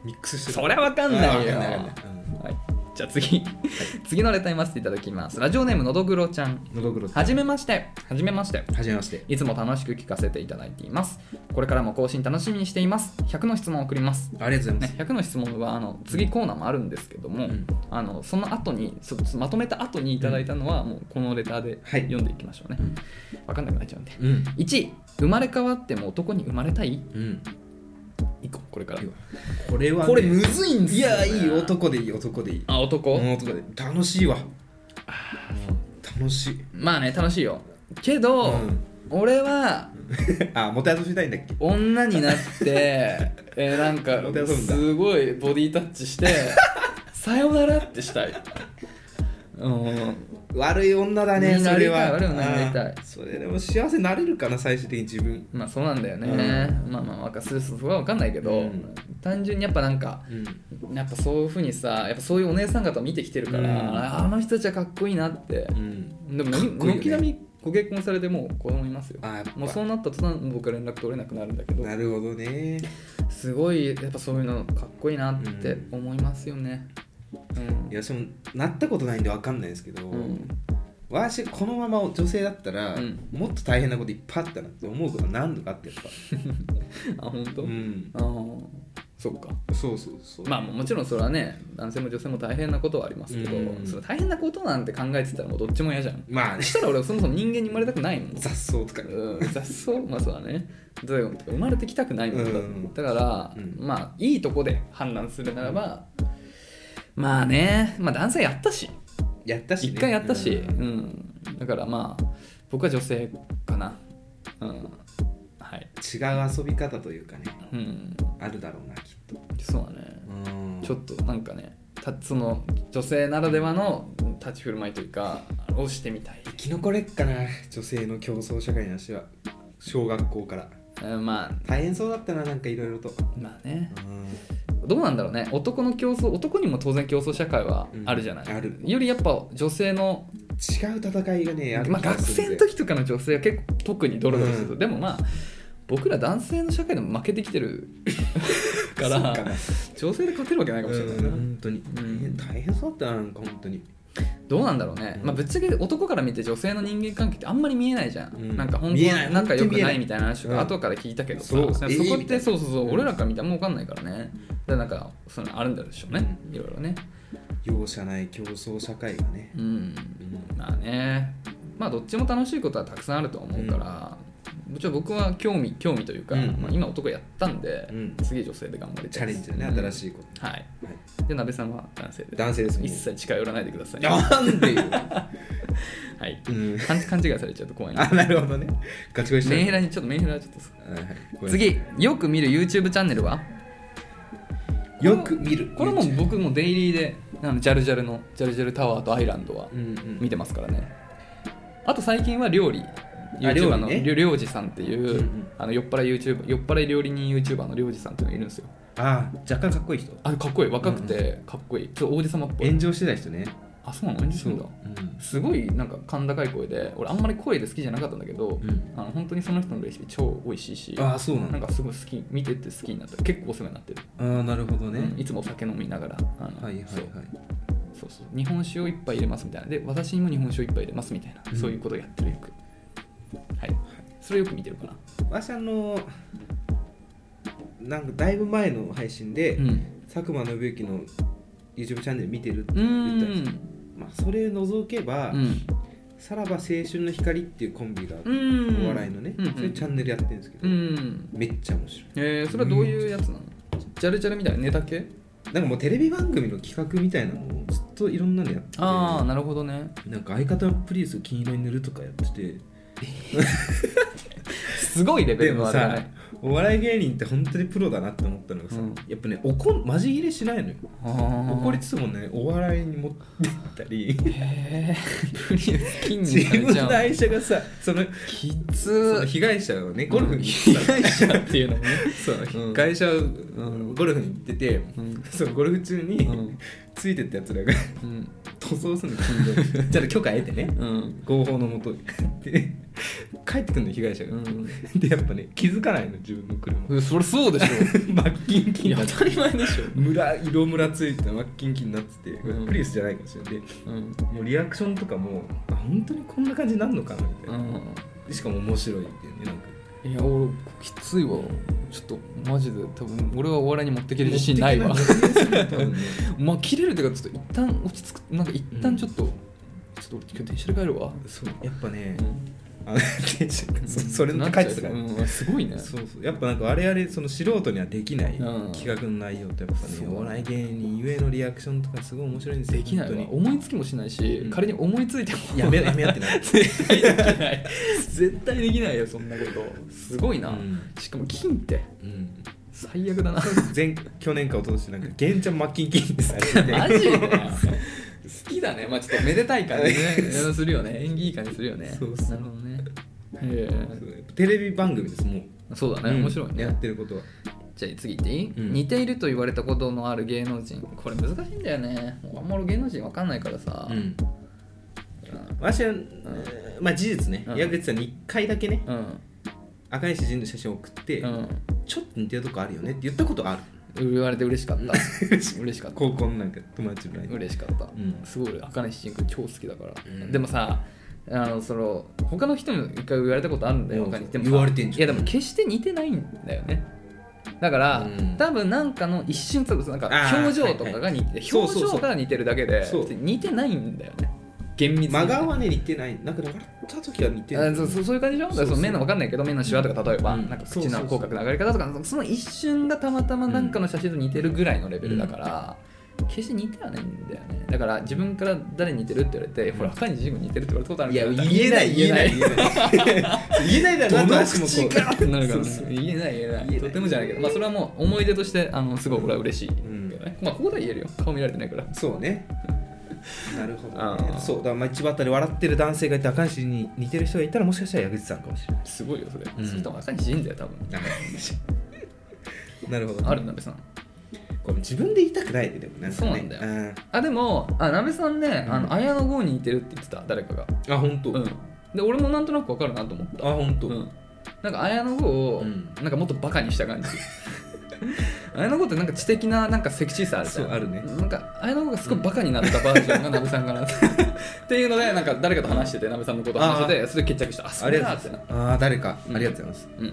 ミックスしてそりゃ分かんないよあーわかんないわかんないはい、じゃあ次、 次のレター読ませていただきますラジオネームのどぐろちゃんうんのどぐろはじめましてはじめましてはじめましていつも楽しく聞かせていただいていますこれからも更新楽しみにしています100の質問を送りますありがとうございまねす、 100の質問はあの次コーナーもあるんですけどうも、んあのその後にそまとめた後にいただいたのはもうこのレターではい読んでいきましょうね、分かんなくなっちゃうんでうん1生まれ変わっても男に生まれたいうんいこうこれからこれは、これむずいんですいよねやいい男でいい男でいいあ男、うん男で楽しいわ楽しいまあね楽しいよけど、うん俺はあもて遊びたいんだっけ女になって えーなんかモテ遊ぶんだすごいボディタッチして さよならってしたいうん悪い女だねうんそれはなりたい悪い女になりたいあーそれでも幸せになれるかな最終的に自分まあそうなんだよね、まあまあわかそそこは分かんないけど、うん単純にやっぱなんかうんやっぱそういうふうにさやっぱそういうお姉さん方を見てきてるから、うんああの人たちはかっこいいなってう、んでもかっこいいよね軒並みご結婚されてもう子供いますよあーやっぱもうそうなった途端僕は連絡取れなくなるんだけどなるほどねすごいやっぱそういうのかっこいいなって思いますよね。うんいや私もなったことないんでわかんないですけど、うん 私このまま女性だったら、うんもっと大変なこといっぱいあったなって思うことが何度かあってやっぱあ本当、んあーそっかそうそうそうまあもちろんそれはね男性も女性も大変なことはありますけど、うんそれ大変なことなんて考えてたらもうどっちも嫌じゃんまあねそしたら俺はそもそも人間に生まれたくないもん雑草とかねうん雑草まあそうだねだから生まれてきたくないもんだ,、うんだから、うんまあいいとこで判断するならば、まあねまあ男性やったしやったし、ね、一回やったし、ううんん、だからまあ僕は女性かな、うん、はい、違う遊び方というかねうん、あるだろうなきっとそうだねうんちょっとなんかねたその女性ならではの立ち振る舞いというかをしてみたい、生き残れっかな女性の競争社会の話は小学校からうん、まあ大変そうだったななんかいろいろとまあねうんどうなんだろうね男の競争男にも当然競争社会はあるじゃない、うんあるよりやっぱ女性の、違う戦いがねある気まあ、が学する生のんで時とかの女性は結構特にドロドロする、うんでもまあ僕ら男性の社会でも負けてき てるからそうかな女性で勝てるわけないかもしれないな、うん本当に、ん大変そうだったななんか本当にどうなんだろうね、うんまあ、ぶっちゃけ男から見て女性の人間関係ってあんまり見えないじゃん、うんなんか本当見にえない仲本良当にく見えなないいみたいな話うんが後から聞いたけどさ、そうそえそこっみたいてなそうそうそう俺らから見てあんま分かんないからねだからなんかそのあるんでしょうね、いろいろね容赦ない競争社会がねう、んまあねまあどっちも楽しいことはたくさんあると思うから、ちょ僕は興味興味というか、うんまあ、今男やったんで、うん次女性で頑張りチたャいでレすンジだね、うん新しいこはいと、はいで鍋さんは男性で男性ですもん一切近寄らないでくださいなん でよ、はいうん、 勘勘違いされちゃうと怖いあななるほどねガチ恋してメンヘるラにちょっとメンヘラはちょっとさはいはいごめんなさい次よく見る YouTube チャンネルはよく見るこれも YouTube 僕もデイリーであのジャルジャルのジャルジャルタワーとアイランドはうんうん見てますからねあと最近は料理あ YouTuber の料理ねりょりょうじさんっていう、うんうんあの酔っ払い YouTuber 酔っ払い料理人 YouTuber のりょうじさんっていうのがいるんですよああ若干かっこいい人あれかっこいい若くてかっこいいちょっと王子様っぽい炎上してない人ねあそうなの演じてんだうんすごいなんか甲高い声で俺あんまり声で好きじゃなかったんだけど、うんあの本当にその人のレシピ超美味しいしああそうなんなだんかすごい好き見てて好きになった結構お世話になってる、ああなるほどね、うんいつもお酒飲みながらあのはいはいはいそうそうそう日本酒を一杯入れますみたいなで私にも日本酒を一杯入れますみたいな、うんそういうことをやってるよくはいそれよく見てるかな私あのなんかだいぶ前の配信で、うん佐久間信行の YouTube チャンネル見てるってう言ったんですよ、んまあ、それ除けば、うんさらば青春の光っていうコンビがうんお笑いのね、うんうんそういうチャンネルやってるんですけど、うんめっちゃ面白いえー、それはどういうやつなのジャルジャルみたいなネタ系なんかもうテレビ番組の企画みたいなのをずっといろんなのやっててああなるほどねなんか相方のプリウスを金色に塗るとかやっててすごいレベでルのもあれださねお笑い芸人って本当にプロだなって思ったのがさ、うんやっぱね怒んマジ切れしないのよあー怒りつつもねお笑いに持ってったりへープリウス金に自され分ちゃうの愛車がさそのきそのつ被害者をねゴルフに被行ってたの害者っていうのもね、そううん会社をうんゴルフに行ってて うんそのゴルフ中にうんついてったやつらが うん塗装するの金色にじゃあ許可得てねうん合法のもと で帰ってくるの被害者がでやっぱね気づかないの自分の車うん、そりゃそうでしょ 真っ金金に いやなって当たり前でしょ、村色ムラついて真っ金金になってて、うんプリウスじゃないかもしれないでうんもうリアクションとかもあ本当にこんな感じになるのかなみたいな、でしかも面白いっていうねなんかいや俺きついわちょっとマジで多分俺はお笑いに持ってける自信ないわ持ってきてない多分ねまあ切れるっていうかちょっと一旦落ち着くなんか一う旦んちょっと、ちょっと俺今日電車で帰るわ、そうやっぱね、うあの電車んそそれの書いてたから、うん、すごいねそうそうやっぱなんか我々その素人にはできないうん企画の内容ってやっぱね、そうお笑い芸人ゆえのリアクションとかすごい面白いんですよできないわ本思いつきもしないし、うん仮に思いついても当にやめやめやってない絶対できない絶対できないよそんなことすごいな、うんしかも金ってうん最悪だな前去年か一昨年なんか「玄ちゃんマッキンキン」ってされててマジで好きだねまあちょっとめでたい感じ ねするよね縁起いい感じするよねそうそうなるほどねへそうやっぱテレビ番組ですもうえそうだね、うん面白いやっねてることはじゃあ次行っていい、うん似ていると言われたことのある芸能人これ難しいんだよねもうあんまり芸能人わかんないからさ、うん私は、まあ事実ね、うん矢口さんに1回だけねうん赤石仁の写真を送って、うんちょっと似てるとこあるよねって言ったことある言われて嬉しかった 嬉しかった高校のなんか友達ぐらい嬉しかった、うんすごい赤西仁君超好きだから、うんでもさあのその他の人にも一回言われたことあるんだよ他にでもさ言われてんじゃんいやでも決して似てないんだよねだから、うん多分なんかの一瞬多分なんかあー表情とかが似て、はい表情が似てるだけでそうそうそう別に似てないんだよね厳密に真顔はね似てないだから笑った時は似てるあそうそうそういう感じでしょだからそそうのそう目の分かんないけど目のシワとか例えば、うんなんかそうそ口うそのう口角の上がり方とかその一瞬がたまたまなんかの写真と似てるぐらいのレベルだから、決して似てはないんだよねだから自分から誰に似てるって言われて、ほら赤西仁君似てるって言われたことあるいやけど言えない言えない言言えない言えないだろどうのなと私口もこかってなるから、ね、そうそう言えない言えない言えないとてもじゃないけど、まあ、それはもう思い出としてあのすごい俺は嬉しいけどね、まあここでは言えるよ顔見られてないからうそうねなるほど、あーね、そうだからまあ道端で笑ってる男性がいて赤石に似てる人がいたらもしかしたら矢口さんかもしれないすごいよそれ、んそれとも赤西仁だよ多分なるほど、あるんだべさんこれ自分で言いたくないねでもねそうなんだよよあでもあ鍋さんね、うんあの綾野剛に似てるって言ってた誰かがあ本当、うんで俺もなんとなくわかるなと思ったあ本当、うんなんか綾野剛を、うんなんかもっとバカにした感じ 綾野剛ってなんか知的ななんかセクシーさあるじゃんそうあるねなんか綾野剛がすごいバカになったバージョンがなべさ んかなっていうのでなんか誰かと話しててなべさんのこと話しててそれで決着したあそありれがだとうっござていなますああ誰か、うんありがとうございますうんっ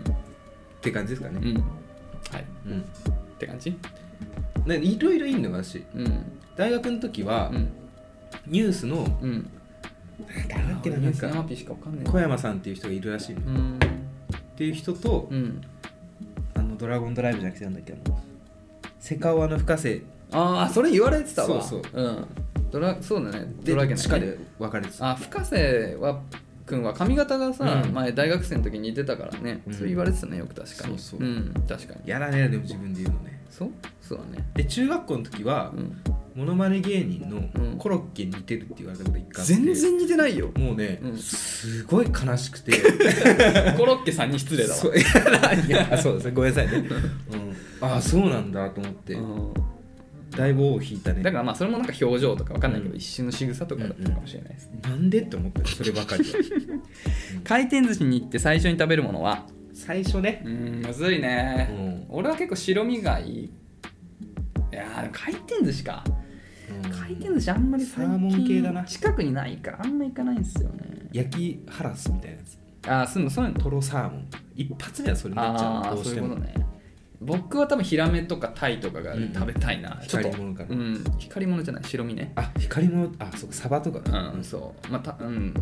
て感じですかうねんはいうん、って感じねいろいろいいのよ私うん大学の時は、うんニュースのうん誰だっけな俺なんニュース生かピしかわかんねえ小山さんっていう人がいるらしいの、うっんていう人と、うんあのドラゴンドライブじゃなくてなんだっけあのセカオワの深瀬ああそれ言われてたわそうう、うん、ドラそうだねでドラゲどンっちだかねで分かれてたあ深瀬は君は髪型がさ、うん前大学生の時に似てたからね、うんそれ言われてたねよく確かにそうそうん確かにやだねでも自分で言うのねそうそうだねで中学校の時はう、んモノマネ芸人うんのコロッケに似てるって言われたこと一回あって全然似てないよもうね、うんすごい悲しくて コロッケさんに失礼だわそうい やいやそうですねごめんなさいね、うん、ああそうなんだと思ってうだいぶ尾を引いたねんだからまあそれもなんか表情とかわかんないけど、うん一瞬の仕草とかだったかもしれないですね、なんでって思ったよそればかりは回転寿司に行って最初に食べるものは最初ねうんむずいね、うん俺は結構白身がいいいやーでも回転寿司か回転寿司あんまり最近サーモン系だな近くにないからあんま行かないんですよね焼きハラスみたいなやつああそういうのそういうのトロサーモン一発目はそれになっちゃうあのあどうそうしていうこもとね僕は多分ヒラメとかタイとかがうん食べたいな、ちょっと光り物かなうん光り物じゃない白身ねあ光のあそうかサバとかうかん、そうまあたうん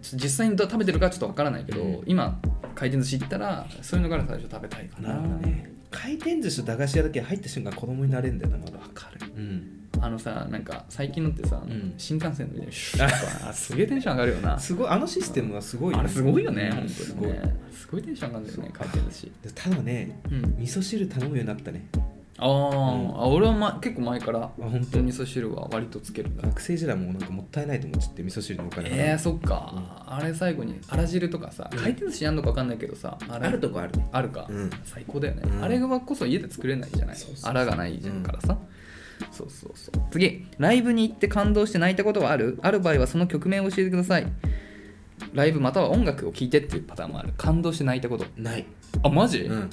ちょ実際にどう食べてるかちょっとわからないけど、うん今回転寿司行ったらそういうのから最初食べたいかななるほどね回転寿司と駄菓子屋だけ入った瞬間子供になれんだよなまだわかるうんあのさなんか最近のってさ、ん新幹線のみたいにシュッ とかすげえテンション上がるよなすごいあのシステムはすごいあれすごいよね、うん本当にねすごいテンション上がるんだよね回転寿司すごいただねうん味噌汁頼むようになったねあー、あ俺は、ま、結構前から本当味噌汁は割とつけるんだ学生時代もうなんかもったいないと思っちゃって味噌汁のお金えー、うそっか、あれ最後にあら汁とかさうん回転寿司やんのか分かんないけどさあれあるとこあるねあるか、うん最高だよね、うんあれはこそ家で作れないじゃないそうそうそうあらがないじゃんからさ、そうそうそう次ライブに行って感動して泣いたことはあるある場合はその曲名を教えてくださいライブまたは音楽を聴いてっていうパターンもある感動して泣いたことないあマジ、うん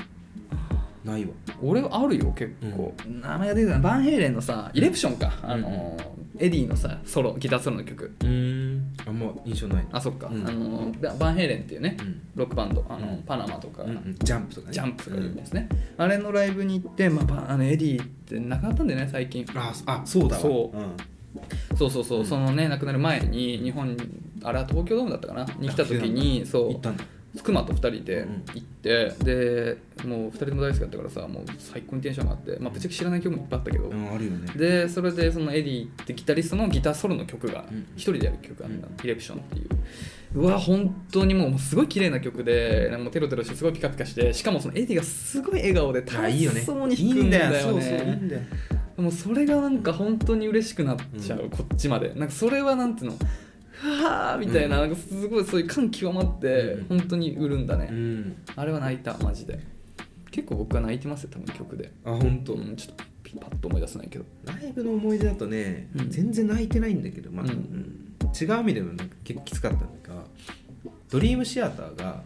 ないわ俺はあるよ結構、名前が出てこないバンヘイレンのさ「イレプションか」あのーエディのさソロギターソロの曲うんあんま印象ないあそっか、うんあのーババンヘイレンっていうね、うんロックバンドあの、うんパナマとか、うんうんジャンプとかねジャンプとかいうやつね、あれのライブに行って、まあバン、あのエディって亡くなったんだよね最近ああそうだわそうんそうそうそう、うんそのね亡くなる前に日本にあれは東京ドームだったかなに来た時にそ行うったんだ妻と2人でうん行って、でもう2人とも大好きだったからさもう最高にテンション上がってまあぶっちゃけ知らない曲もいっぱいあったけど、うんあるよねでそれでそのエディってギタリストのギターソロの曲がうん一人でやる曲があったの「イレプション」っていううわ本当にもうすごい綺麗な曲でもうテロテロしてすごいピカピカしてしかもそのエディがすごい笑顔であ楽いいよねしそうに弾くんだよいいんだねよそうそういいんだよでもそれがなんか本当に嬉しくなっちゃう、うこっちまでなんかそれはなんていうのうわーみたいな,、なんかすごいそういう感極まってうん本当に売るんだね、うんあれは泣いたマジで結構僕は泣いてますよ多分曲であ本当うんちょっとピパッと思い出せないけどライブの思い出だとね、うん全然泣いてないんだけど、まあうんうん違う意味でもなんか結構きつかったんだがドリームシアターが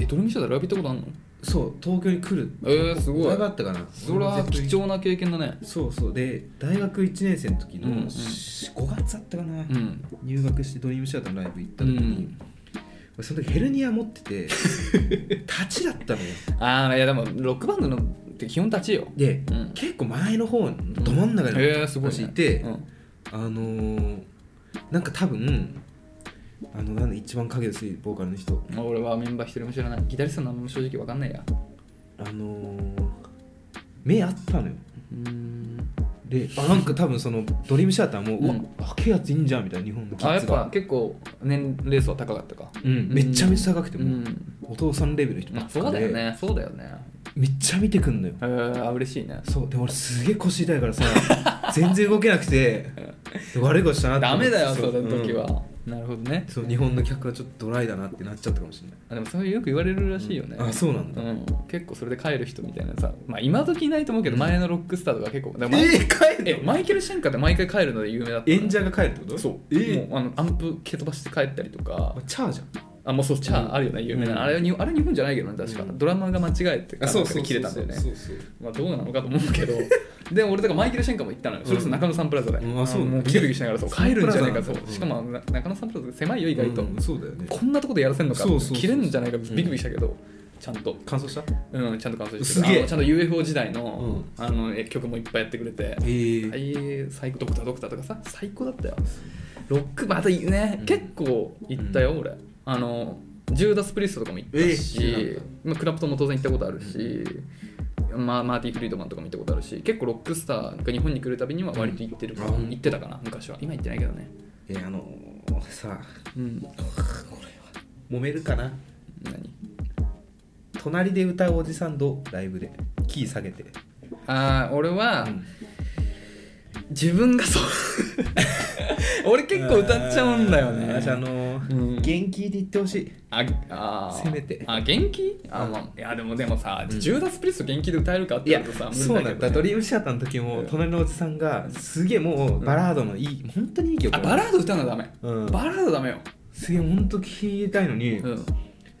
えドルミシャダライブ行ったことあんのそう東京に来るえー、すごだいいぶあったかなそれは貴重な経験だねそうそうで大学1年生の時の、うんうんし5月だったかな、うん入学してドリームシアターのライブ行ったう時に、ん、俺その時ヘルニア持って て立ちだったのよああいやでもロックバンドのって基本立ちよで、うん結構前の方のど真ん中にえー、すごい、ね、私いて、うんあのー、なんか多分あのなんだ一番影薄いボーカルの人まあ俺はメンバー一人も知らないギタリストの名前も正直わかんないやあのー、目あったのようーんであなんか多分そのドリームシアターも、ううわん若いやついいんじゃんみたいな日本のキあッやっズぱが結構年齢層は高かったかうん、めちゃめちゃ高くてうもう、んお父さんレベルの人ばまあっそかうだで、よねそうだよねめっちゃ見てくんのよえー、嬉しいねそうで俺すげえ腰痛いからさ 全然動けなくてで悪いことしたなってダ思っメてだよそれのう時うんは、なるほどねそう日本の客はちょっとドライだなってなっちゃったかもしれないあでもそれよく言われるらしいよね、あそうなんだ、うん、結構それで帰る人みたいなさ、まあ、今時いないと思うけど前のロックスターとか結構だからマイえー、帰えるのマイケル・シェンカーって毎回帰るので有名だったの演者が帰るってことそう、えーもうあのアンプ蹴飛ばして帰ったりとかあチャーじゃんあもうそうチャーあるよね有名な、うんあれにあれ日本じゃないけどね確か、うんドラマが間違えてあそうそうそうそう切れたんだよねそうそうまあどうなのかと思う けどでも俺とかマイケル・シェンカも行ったのよ、それこそ中野サンプラザで、うんあそうもうギルギルしながらそう帰るんじゃないかサとンプラザなんだうんしかもな中野サンプラザって狭いよ意外と、うんそうだよねこんなとこでやらせんのかそうそうそう切れんじゃないかビクビクしたけど、ちゃんと乾燥したうんちゃんと完成してすげえあのちゃんと UFO 時代の,、うあのえ曲もいっぱいやってくれてえああーいう最高ドクタードクターとかさ最高だったよロックまたいいね、うん結構行ったよ、俺あのジューダス・プリストとかも行ったし、えー知らなかまあ、クラプトンも当然行ったことあるし、まあ、マーティ・フリードマンとかも行ったことあるし結構ロックスターが日本に来るたびには割と行ってるから、うん行ってたかな昔は今行ってないけどねえーあのーさうん揉めるかな何隣で歌うおじさんどうライブでキー下げてああ俺は、うん自分 がそう俺結構歌っちゃうんだよね私あのーうん元気で言ってほしいああーせめてあ元気あ、まあ、いやでもでもさ、ジューダス・プリスト元気で歌えるかってい言やうとさ無理そうなんけだどドねリームシアターの時もうん隣のおじさんがすげえもうバラードのいい本当にいい曲あバラード歌うのはダメ、うんバラードダメよ、すげえ本当聴いたいのにうん、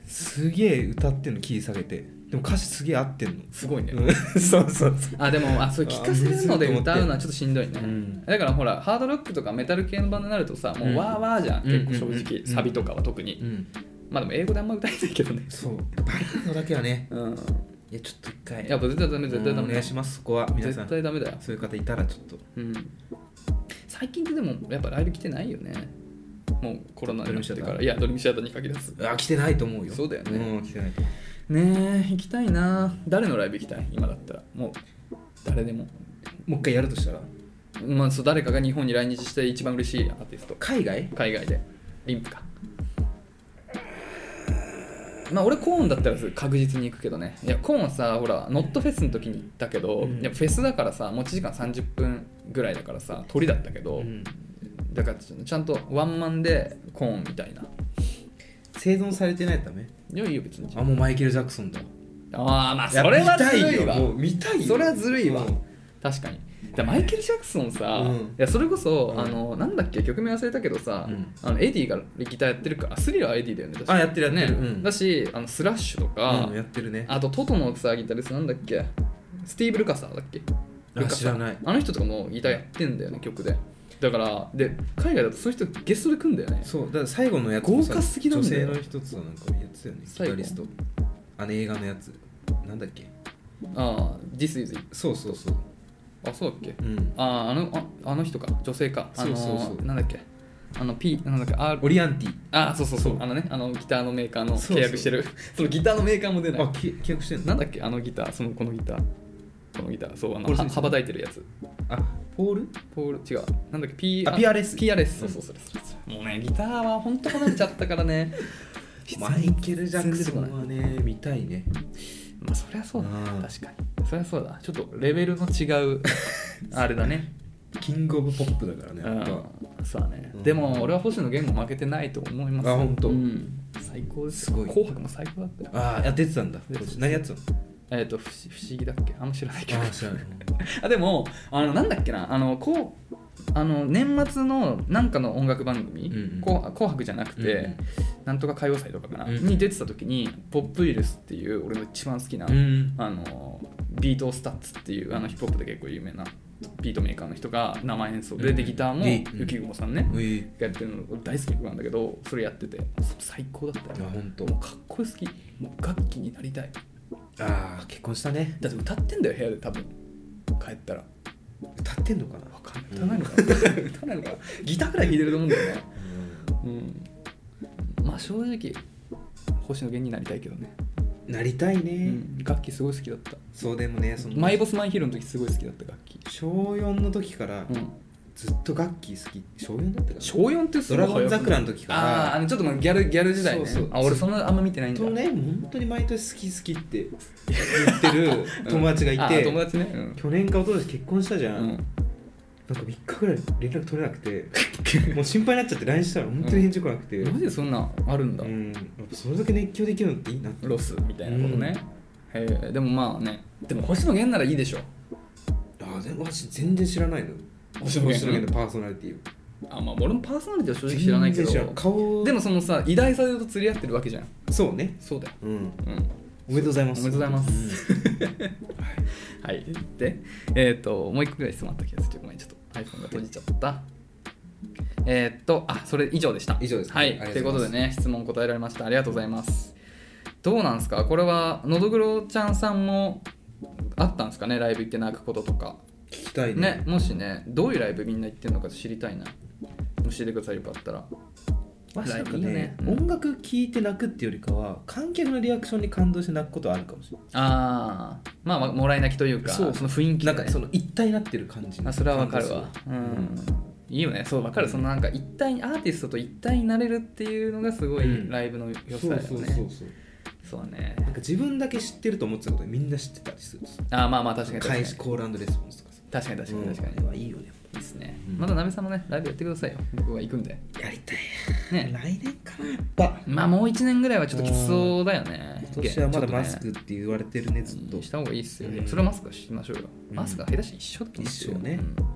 すげえ歌ってんのキー下げてでも歌詞すげえ合ってんのすごいね、うん そうそうそうあでもあそれ聞かせるので歌うのはちょっとしんどいね、うんだからほらハードロックとかメタル系のバンドになるとさもううんわーわーじゃん、結構うんうん正直、うんサビとかは特に、うんまあでも英語であんま歌えないけどねそうバラードだけはねうんいやちょっと一回やっぱ絶対ダメ絶対ダうんメお願いしますそこは皆さ絶ん対ダメだよそういう方いたらちょっとうん最近ってでもやっぱライブ来てないよねもうコロナになってドリームシかアタらーいやドリームシアターに限らずあ来てないと思うよそうだよねうん来てないと思うねえ行きたいな誰のライブ行きたい今だったらもう誰でももう一回やるとしたらまあそう誰かが日本に来日して一番嬉しいアーティスト海外海外でリンプかまあ俺コーンだったら確実に行くけどねいやコーンはさほらノットフェスの時に行ったけど、うんやっぱフェスだからさ持ち時間30分ぐらいだからさ鳥だったけど、うんだからちゃんとワンマンでコーンみたいな生存されてないためいやいいよ別にあもうマイケル・ジャクソンだああまあそれはずるいわもう見たいよそれはずるいわうん確かにだマイケル・ジャクソンさ、うんいやそれこそ、うんあのなんだっけ曲名忘れたけどさ、うんあのエディがギターやってるからあスリラーはエディだよね確かあやってるやってるねうんだしあのスラッシュとか、うんやってるねあとトトのさギタリストなんだっけスティーブ・ルカサーだっけあルカサー知らないあの人とかもギターやってんだよね曲でだからで海外だとそういう人ゲストで組んだよねそうだから最後のやつもさ豪華すぎなんだよ女性の一つはなんかやつだよねギ最タ後リストあの映画のやつなんだっけああ This is it そうそうそうあそうだっけうんあーあのああの人か女性かあのーそうそうそうなんだっけあの P なんだっけ R オリアンティあそうそうそうそうあのねあのギターのメーカーのそうそう契約してる そのギターのメーカーも出ないあき契約してんのなんだっけあのギターそのこのギターこのギターそうあのこれはそうです羽ばたいてるやつあポールポール違うなんだっけ P あ PRS PRS そうそうそれそれそれもうねギターは本当離れちゃったからね マイケル・ジャクソンまはね見たいねあそりゃそうだねうん確かにそりゃそうだちょっとレベルの 違うあれだねキング・オブ・ポップだからねうやっぱんそうだね、うんでも俺は星野源も負けてないと思いますあ本当うん最高ですすよごい紅白も最高だったよああ出てたんだ出てた何やってたのえっ、と不思不思議だっけあんま知らないけどあ知らない あでもあのなんだっけなあのこうあの年末のなんかの音楽番組う「んうん紅紅白」じゃなくて、うんうんなんとか歌謡祭とかかな、うんうんに出てた時にポップウイルスっていう俺の一番好きな、うんあのビートスタッツっていうあのヒップホップで結構有名なビートメーカーの人が生演奏で,、うんでギターもうん雪雲さんね、ういがやってるの俺大好きな曲なんだけどそれやってて最高だっあたよ本当もうかっこよすぎもう楽器になりたいあー結婚したねだって歌ってんだよ部屋で多分帰ったら歌ってんのかなわかんない歌わないのかな歌わないのかなギターくらい弾いてると思うんだよねうんまあ正直星野源になりたいけどね、なりたいね、うん、楽器すごい好きだったそうでもねそのマイボスマイヒーローの時すごい好きだった楽器、小4の時からうん、ずっと楽器好き小4だったかな小4ってすごいドラゴン桜の時からあーあのちょっとまあギャルギャル時代ねそうそうあ俺そんなあんま見てないんだとね本当に毎年好き好き って言ってる友達がいあて、ー友達ねうん、去年か一昨年結婚したじゃん、うなんか3ん日ぐらい連絡取れなくてもう心配になっちゃって LINE したら本当に返事来なくて、うマんジでそんなんあるんだ、やっぱそれだけ熱狂できるのっていいなってロスみたいなことね、へえでもまあねでも星野源ならいいでしょああでも私全然知らないの星野源のパーソナリティをあまあ俺もパーソナリティは正直知らないけ全然知らどん顔でもそのさ偉大さで言うと釣り合ってるわけじゃんそうねそうだようんうんおめでとうございますおめでとうございますす、はいでえっ、ともう一個ぐらい質問あった気がするごめんちょっと iPhone が閉じちゃったえっ、とあそれ以上でした以上ですねはあいりがとうございますということでね質問答えられましたありがとうございますどうなんですかこれはのどぐろちゃんさんもあったんですかねライブ行って泣くこととか聞きたいねねもしねどういうライブみんな行ってるのか知りたいな教えてくださいよかったらまあ、なんかいいよねねうん音楽聴いて泣くっていうよりかは観客のリアクションに感動して泣くことはあるかもしれああまあまあもらい泣きというかそうその雰囲気なでいねなんかその一体になってる感じあそれはわかるわう感んいいよねそうわかる、うんそのなんか一体にアーティストと一体になれるっていうのがすごうんいライブの良さだ動するそうそうよね、そうそうそうだねなんか自分だけ知ってると思ってたことみんな知ってたりするとさあーまあまあ確かに確か返にしコールレスポンスとかさ確かに確かに確かに、うんいあれはいいよねいですね、うんまだなべさんもねライブやってくださいよ僕は行くんでやりたい来ね年かなやっぱまあもう1年ぐらいはちょっときつそうだよね今年はまだマスちょクって言われてるねずっっととねした方がいいっすよ、うんそれはマスクはしましょうよ、うんマスクは下手したら一緒だと思うんですよ一緒ねうん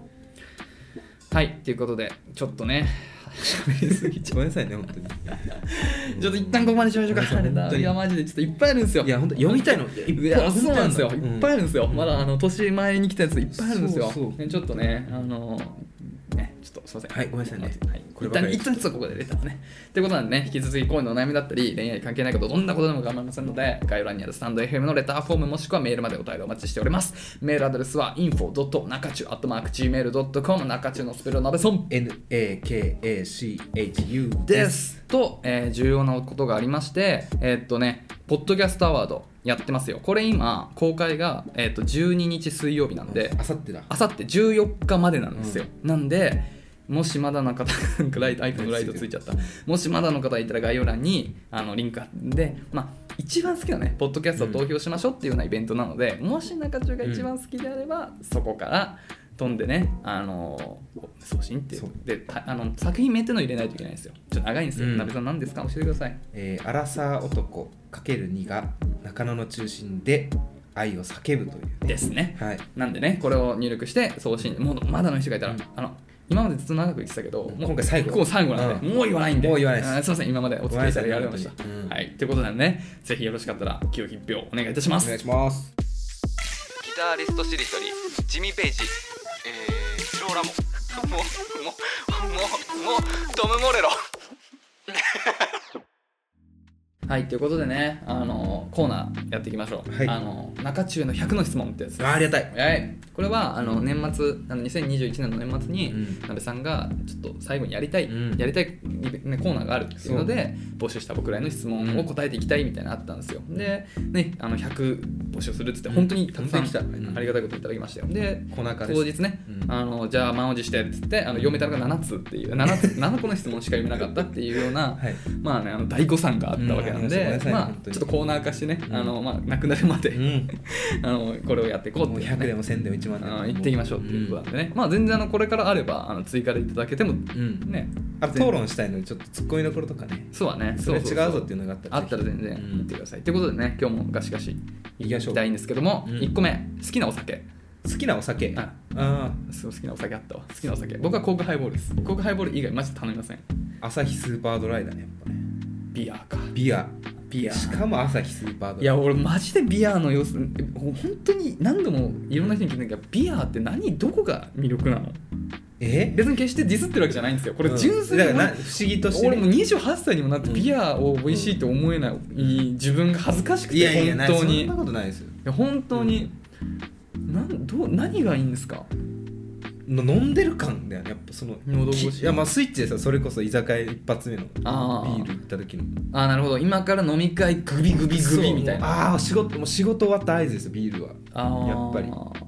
はいということでちょっとね 喋りすぎちゃったごめんなさいね本当に ちょっと一旦ここまでしましょうか。本当にいや、マジでちょっといっぱいあるんですよ。いや本当読みたいのいやそうなんですよ。いっぱいあるんですよ。うんまだあの年前に来たやついっぱいあるんですよ。そうそうねちょっとね、あの、ね、ちょっとすいません。はいごめんなさいねはい、これ一ばか旦り一旦ちょっとここで出たんですね。ってことなんでね、引き続き恋のお悩みだったり、恋愛関係ないこと、どんなことでも構いませんので、概要欄にあるスタンド FM のレターフォームもしくはメールまでお便りお待ちしております。メールアドレスは info.nakachu.gmail.com 中中のスペルナベソン NAKACHU ですと、えー重要なことがありましてえーっとねポッドキャストアワードやってますよこれ今公開が、えーっと12日水曜日なんであさってだあさって14日までなんですよ、なんでもしまだの方なんかライト iPhone のライトついちゃったもしまだの方いたら概要欄にあのリンクあるんで、まあ、一番好きなねポッドキャストを投票しましょうっていうようなイベントなので、もし中中が一番好きであれば、そこから飛んでねあの送信っていうそうでたあの作品名っていうのを入れないといけないんですよちょっと長いんですよ、うんなべさん何ですか教えてくださいえー、アラサー男 ×2 が中野の中心で愛を叫ぶというねですねはいなんでねこれを入力して送信もうまだの人がいたら、うんあの今までずっと長く言ってたけど、もう今回最後こう最後なんで、うんもう言わないんでもう言わないですあーすいません今までお付き合いされてありがとうございましごめんなさいね本当にた、はいということなんでねぜひよろしかったら清き一票お願いいたしまおす願いしますギタリストしりとりジミー・ペイジえー、スローラモもうもうもうもうトム・モレロはいということでねあのコーナーやっていきましょう、はいあの中中の100の質問ってやつあーありがたいはい、これはあの年末あの2021年の年末に、うんなべさんがちょっと最後にやりたい、うんやりたい、ね、コーナーがあるっていうので募集した僕らへの質問を答えていきたいみたいなのあったんですよで、ね、あの100募集するっつって本当にたくさん、本当に来たうんありがたいこといただきましたよで粉中です当日ね、うんあのじゃあ満を持してっつってあの読めたのが7つっていう7つ 7個の質問しか読めなかったっていうような、はいまあねあの大誤算があったわけなんうんありでま、したごめんなさいまあ本当ちょにっとコーナー化してね、うんあのまあなくなるまで、うんあのこれをやっていこうっもうていうね100でも1000でも1万でもうん行っていきましょうっていうことなんでね、まあ全然あのこれからあればあの追加でいただけてもうん、うんねあと討論したいのでちょっとツッコミの頃とかねそうはねそれ違うそそぞっていうのがあったらあったら全然言ってくださいということでね今日もガシガシ行きましょういたいんですけども、うん一1個目好きなお酒好きなお酒ああそう好きなお酒あったわ好きなお酒僕はコークハイボールですコークハイボール以外マジで頼みませんー朝日スーパードライだねやっぱねビアーかビアビアしーかも朝日スーパードライいや俺マジでビアーの様子本当に何度もいろんな人に聞いたけどビアーって何どこが魅力なのえ別に決してディスってるわけじゃないんですよこれうん純粋にだ俺からな不思議として、ね、俺も28歳にもなってうんビアを美味しいと思えない、自分が恥ずかしくていやいや本ない当そにいんなことないですよや本当に、なんどう何がいいんですかの飲んでる感だよねやっぱその喉越しきいやまあスイッチでさそれこそ居酒屋一発目のビあーール行った時のあーなるほど今から飲み会グビグビグビみたいななあー仕事もう仕事終わった合図ですよビールはあーやっぱり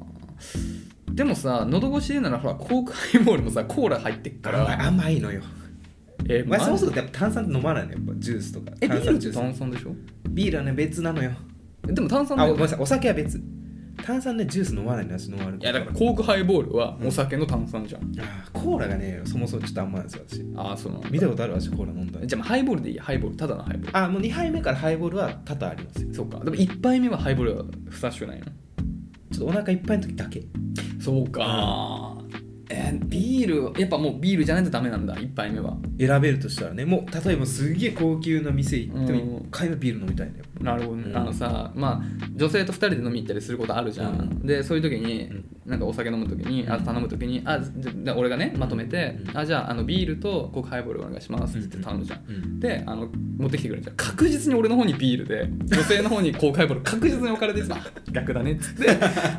でもさ喉越しでならほらコークハイボールもさコーラ入ってっか甘いら甘いのよえーまあマジそもそもやっぱ炭酸って飲まないのよやっぱジュースとかえビ炭ール酸ってジュー炭酸でしょスビールはね別なのよでも炭酸だあよごめんねなさいお酒は別炭酸でジュース飲まないの私飲まれいやだからコークハイボールはお酒の炭酸じゃん、あーコーラがねそもそもちょっと甘いんですよ私ああそうなんだ見たことある私コーラ飲んだのじゃあハイボールでいいやハイボールただのハイボールあもう2杯目からハイボールは多々ありますよそうかでも1杯目はハイボールはふさわしくないのちょっとお腹いっぱいの時だけそうか、えーやビールやっぱもうビールじゃないとダメなんだ1杯目は選べるとしたらねもう例えばすげえ高級な店行ってもうん一回はビール飲みたいんだよ、なるほどね、うんあのさまあ女性と2人で飲み行ったりすることあるじゃん、うんでそういう時に、うんなんかお酒飲む時にあ頼む時にあじゃじゃ俺がねまとめて、うんあじゃああのビールとコークハイボールお願いしますって頼むじゃん、うんであの持ってきてくれるじゃん確実に俺の方にビールで女性の方にコークハイボール確実に置かれてさ逆だねっつ って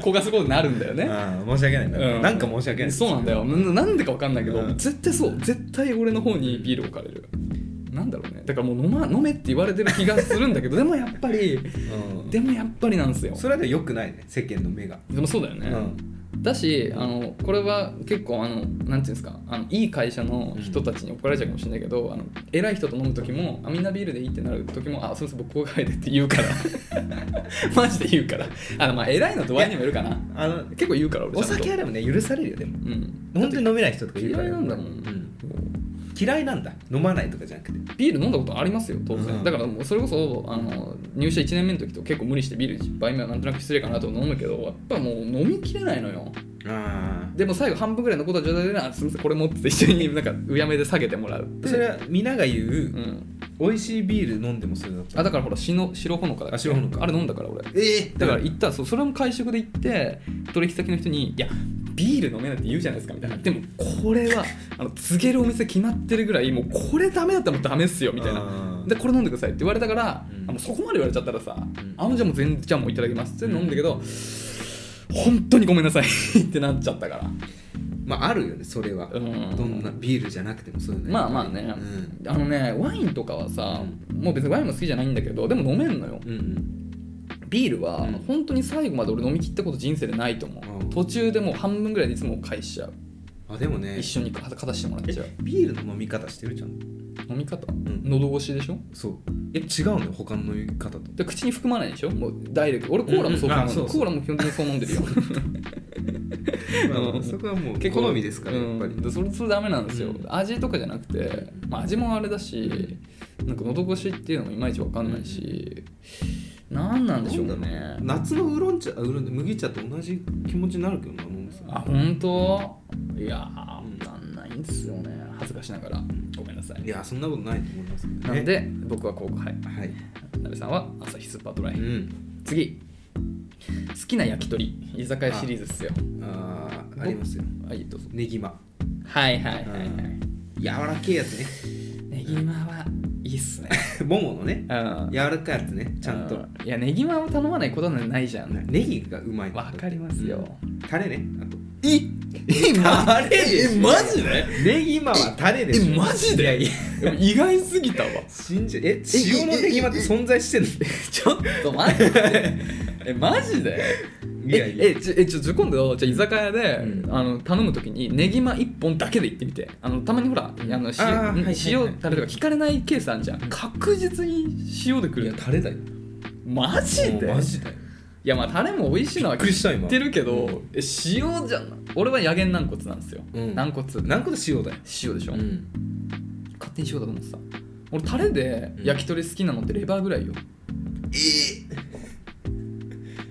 焦がすことになるんだよねああ申し訳ないな,、うんん、なんか申し訳ないそうなんだよななんでか分かんないけど、うん絶対そう絶対俺の方にビール置かれるなんだろうねだからもう飲,、ま、飲めって言われてる気がするんだ けどでもやっぱりうんでもやっぱりなんですよそれはでもよくないね世間の目が、でもそうだようね、ん、だしあのこれは結構あのなんていうんですかあのいい会社の人たちに怒られちゃうかもしれないけど、あの偉い人と飲む時もあみんなビールでいいってなる時もあそうそう僕こう書いてって言うから マジで言うからあのまあ偉いの度合いにもよるかなあの結構言うから俺おちゃんと酒あればね許されるよでもうん本当に飲めない人とかいるから嫌いなんだもん、うん嫌いなんだ飲まないとかじゃなくてビール飲んだことありますよ当然、うんだからもうそれこそあの入社1年目の時と結構無理してビール1杯目はなんとなく失礼かなと思うけどやっぱもう飲みきれないのよあでも最後半分ぐらいのことは状態でなあすみませんこれ持ってて一緒になんかうやめで下げてもらうあそれは皆が言う、うん美味しいビール飲んでもそれだったあだからほらしの白ほのかだっけあ白ほのかあれ飲んだから俺ええだから行ったそうそれも会食で行って取引先の人に「いやビール飲めないって言うじゃないですか」みたいな「でもこれはあの告げるお店決まってるぐらいもうこれダメだったらもうダメっすよ」みたいななでこれ飲んでくださいって言われたから、うんあもうそこまで言われちゃったらさ、んあもうじゃあもう全じゃあもういただきますって飲んだけど、本当にごめんなさい ってなっちゃったから、まああるよねそれは、うんどんなビールじゃなくてもそういうのまあまあね、あのねワインとかはさ、もう別にワインも好きじゃないんだけどでも飲めんのようん、うんビールは、うん本当に最後まで俺飲み切ったこと人生でないと思う、うん途中でもう半分ぐらいでいつも返しちゃう、あでもね一緒に勝たしてもらっちゃうえビールの飲み方してるじゃん飲み方、ん喉越しでしょそうえ違うのよ他の飲み方 とで口に含まないでしょもうダイレクト俺コーラもそううんうんあ飲んでるそうそうコーラも基本的にそう飲んでるよまあそこはもう好みですから、やっぱり、うんでそれそれダメなんですよ、うん味とかじゃなくて、まあ、味もあれだしなんか喉越しっていうのもいまいちわかんないし、なんなんでしょうね夏のウーロン茶あウーロン麦茶と同じ気持ちになるけどな飲んでさあ本当いやーわかんないんですよね恥ずかしながらごめんなさいいやそんなことないと思いますけどなねので僕は高校杯はいなべさんは朝日スーパードライ、うん次好きな焼き鳥居酒屋シリーズっすよあーありますよはいどうぞネギマはいはいはいはい、柔らけえやつね ネギマはいいっすねもものねうん柔らかいやつねちゃんといやネギマンを頼まないことはないじゃんネギがうまいわかりますよタレねあとええタレでしょでネギマはタレでしょえマジでいやいやでも意外す ぎたわ信じえ塩のネギマって存在してんのちょっと待 ってえマジでいやいや ええちょえちょちょ今度じゃあ居酒屋で、うんあの頼む時にネギマ1本だけで行ってみてあのたまにほら、あのあーはいはいはい塩塩タレとか聞かれないケースあるじゃん、確実に塩でくいるタレだよマジでもうマジだよいやまあタレも美味しいのはびっくりした今知ってるけど、うんえ塩じゃん俺は野源軟骨なんですよ、うん軟骨塩で何個で塩だよしょ、ん勝手に塩だと思ってた俺タレで焼き鳥好きなのってレバーぐらいよ、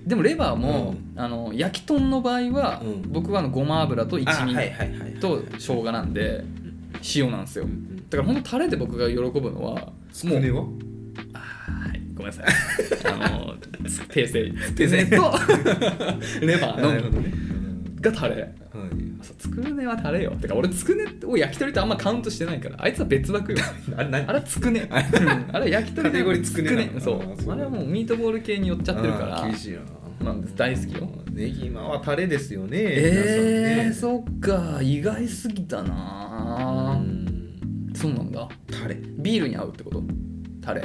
でもレバーも、あの焼き豚の場合は、うん僕はあのごま油と一あはい味はいはいと生姜なんで塩なんですよ、んだからほんとタレで僕が喜ぶのはつくねははいごめんなさいあ の訂正訂正とレバーなるのほみどねがタレはいそうつくねはタレよてか俺つくねを焼き鳥とあんまカウントしてないからあいつは別枠よあれ何あれはつくね うんあれは焼き鳥カテゴリーつくねなのそうあーそうあれはもうミートボール系に寄っちゃってるからあー厳しいななんです大好きよネギマはタレですよねえー、皆さんねそっか意外すぎたなうーんそうなんだタレビールに合うってことタレ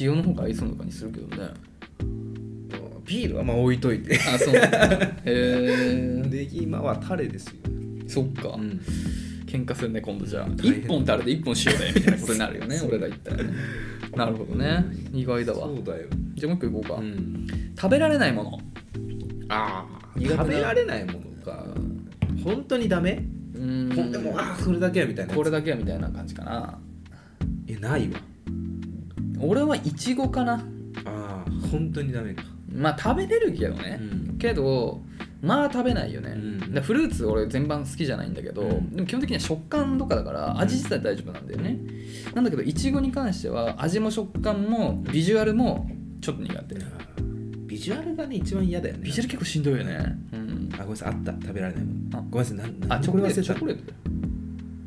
塩の方が合いそうな感じするけどねビールはまあ置いといてあそうなんだへえー、ネギマはタレですよそっか、ん喧嘩するね今度じゃあ大変1本タレで1本塩でみたいなことになるよね俺ら言ったらねなるほどね意外だわそうだよじゃあもう一個いこうか、ん食べられないものあ苦手な食べられないものか本当にダメうーんほんでもあーそれだけやみたいなこれだけはみたいな感じかなえないわ俺はいちごかなああ本当にダメかまあ食べれるけどね、んけどまあ食べないよね、うんだからフルーツ俺全般好きじゃないんだけど、うんでも基本的には食感とかだから味自体大丈夫なんだよね、なんだけどいちごに関しては味も食感もビジュアルもちょっと苦手ビジュアルがね一番嫌だよねビジュアル結構しんどいよね、うんあ、ごめんなさいあった食べられないもんあごめんなさいなんなんあチョコレーこれト忘れチたョコレート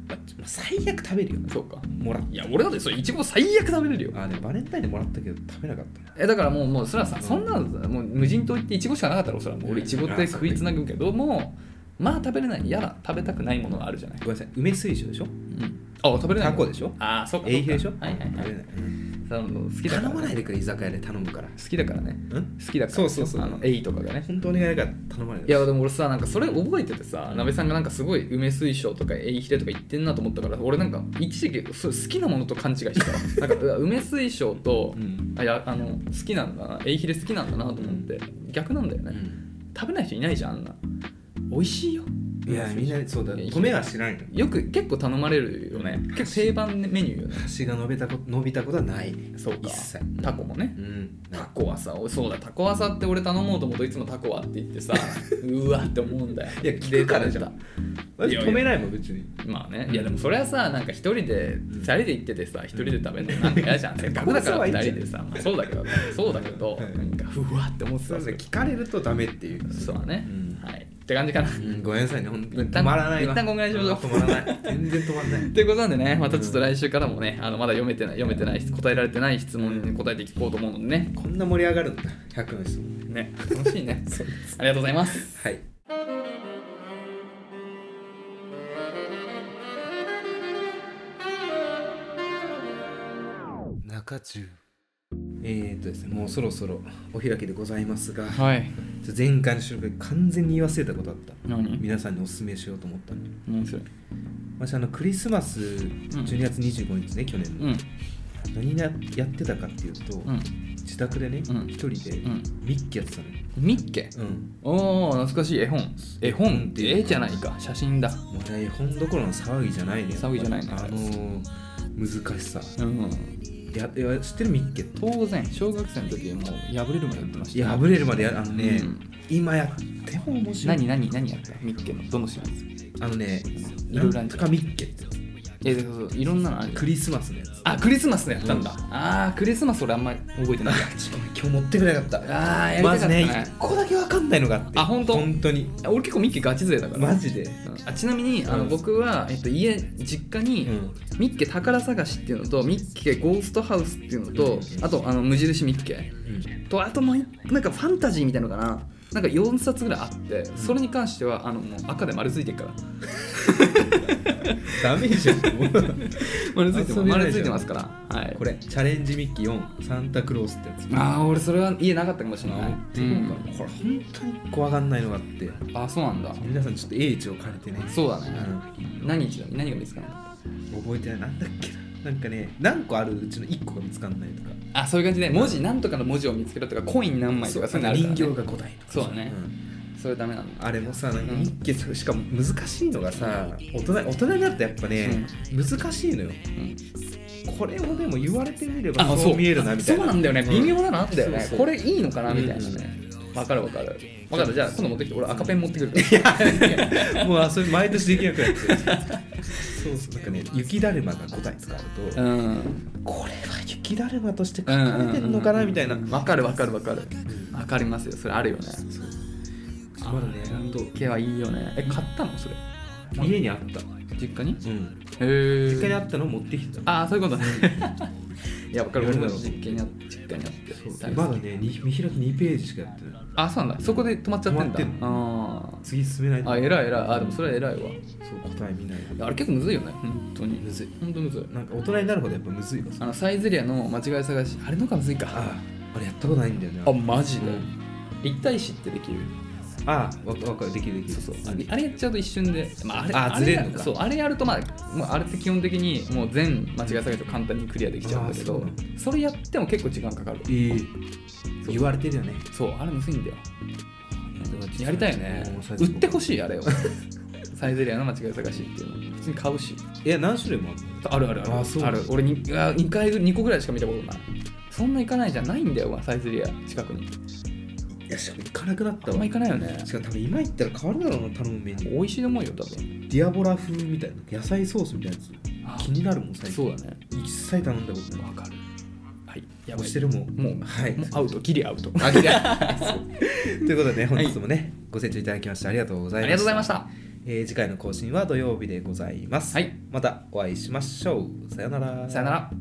あちょまあ最悪食べるよそうかもらっいや俺だってそれいちご最悪食べれるよあでもバレンタインでもらったけど食べなかったなえだからもうもうそれはさ、うんそんなのもう無人島行っていちごしかなかったらそれはもう俺いちごって食いつなぐけどもまあ食べれない嫌だ食べたくないものがあるじゃない、ごめんなさい梅水晶でしょうん、あ食べれないタコでしょああそうかそうか永久でしょはいはいは食べいれないその好きだから、頼まないでくれ居酒屋で頼むから好きだからねん好きだからそうそうそうあのエイとかがね本当お願いだから頼まないいでやでも俺さなんかそれ覚えててさなべさんがなんかすごい梅水晶とかエイヒレとか言ってんなと思ったから俺なんか一時期それ好きなものと勘違いし てたなんかうわ梅水晶と、うんあいやあの好きなんだなエイヒレ好きなんだなと思って、逆なんだよね、食べない人いないじゃんあんな美味しいよいやみんなそうだいや止めはしないのよく結構頼まれるよね結構定番メニューよね箸が伸びたこと伸びたことはないそうか一切タコもねうんタコはさおそうだタコはさって俺頼もうと思うといつもタコはって言っ てさうわって思うんだよいや聞くからじゃんで食べ私いやいや止めないもん別にたまあねいやでもそれはさなんか一人で二人で行っててさ一人で食べるのなんか嫌 じゃんせっかくだから二人でさ、まあ、そうだけどそうだけどはいなんかうわって思ってそたうんですでね聞かれるとダメっていうそうだね、うんはいって感じかなうんごめんなさいね本当に一旦止まらないわ一旦ごめんなさいしましょう止まらない全然止まらないということなんでね、またちょっと来週からもね、あのまだ読めてない、読めてない、答えられてない質問に答えていこうと思うのでね。こんな盛り上がるんだ100の質問ね、楽しい ね。ありがとうございます。はい中中えー、とですねもうそろそろお開きでございますが、はい。ちょ前回の収録で完全に言い忘れたことあった何皆さんにお勧めしようと思ったんで何それ。私あのクリスマス12月25日ね、去年の、うん、何なやってたかっていうと、うん、自宅でね一、うん人でうん。ミッキーやってたのよ、ミッケ。うん、おお、懐かしい絵本。絵本っ絵て本絵じゃないか、写真だ。もうね絵本どころの騒ぎじゃないね騒ぎじゃないねやっぱりあのー、難しさうん、やいや知ってるミッキーって当然、小学生の時もう破れるまでやってましたよ。破れるまでやあのね、うん今やっても面白い何何何やったミッケのどのシーンあのねいろいろあるなんとかミッキーってえ、そうそう、いろんなのあるクリスマスのやつあ、クリスマスのやったんだ。ああ、クリスマス俺あんまり覚えてない。ちょっと今日持ってくれなかったああ、やりまたかずったねね一。個だけわかんないのがあってあ本当本当に俺結構ミッキーガチ勢だから、マジであちなみにあのうん僕は、えっと、家実家に、うんミッケ宝探しっていうのとミッケゴーストハウスっていうのとあとあの無印ミッケとあともういなんかファンタジーみたいなのかななんか4冊ぐらいあってそれに関してはあのもう赤で丸ついてるからダメじゃんもう丸ついてます遊べないじゃん丸ついてますからはいこれチャレンジミッキー4サンタクロースってやつああ俺それは家なかったかもしれない、っていうか、これ本当に怖がんないのがあってあそうなんだ皆さんちょっと英知を兼ねてねそうだあねの何日だ何が見つかなかっ覚えてないなんだっけななんかね何個あるうちの1個が見つかんないとかたあそういう感じで文字なんとかの文字を見つけろとかコイン何枚とかそういうのあるから、人ね、形が5台とかそうだねんそれダメなんだあれもさなんかうんミッキーしかも難しいのがさ大人大人になってやっぱね、難しいのようんこれをでも言われてみればあそう見えるなみたいなそうなんだよねうん微妙なのあったよね、そうそうこれいいのかなみたいなねわかるわかるわかるじゃあ今度持ってきて俺赤ペン持ってくるか らもうそれ毎年できなくなっちゃうそうそうなんかね雪だるまが5台とかあると、うんこれは雪だるまとして書かれてるのかなみたいな、わかるわかるわかるわかりますよそれあるよねそうまだねあーミッケはいいよねえ買ったのそれ家にあった、実家にうん、へえ実家にあったのを持ってきてたああそういうことね いやわかるや俺るだもろう実家にあって実家にあってそう大好きまだねに見開き2ページしかやってないあそうなんだそこで止まっちゃってんだ止まってんあ次進めないーとあ偉い偉いあでもそれは偉いわそう答え見ないあれ結構むずいよね本当にむずい本当むずいなんか大人になるほどやっぱむずいわあのサイゼリアの間違い探しあれの方がむずいかああれやったことないんだよねあマジで、うん立体視ってできるあわわかるできるできるそうそうあれあれやっちゃうと一瞬で、まあ、あれあれずれんのかそうあれやるとまあもうあれって基本的にもう全間違い探しを簡単にクリアできちゃうんだけどあーそうそれやっても結構時間かかるえーそう言われてるよねそうあれむずいんだよやりたいよね売ってほいしいあれを サイゼリアの間違い探しっていうの普通に買うしいや何種類もあるあるあるあるあそうある俺にあ2回二個ぐらいしか見たことないそんな行かないじゃないんだよサイゼリア近くにやしかも行かなくなったあわんま行かないよねしかも多分今行ったら変わるだろうな頼むメニュー美味しいと思うよ多分ディアボラ風みたいな野菜ソースみたいなやつ気になるもん最近そうだね一切頼んだことないわかるはいやば押いしてるもんもうはいもうアウトギリアウト あきらということでね本日もね、ご清聴いただきましてありがとうござあいましたりがとうございましたえー次回の更新は土曜日でございます、はいまたお会いしましょうさよならさよなら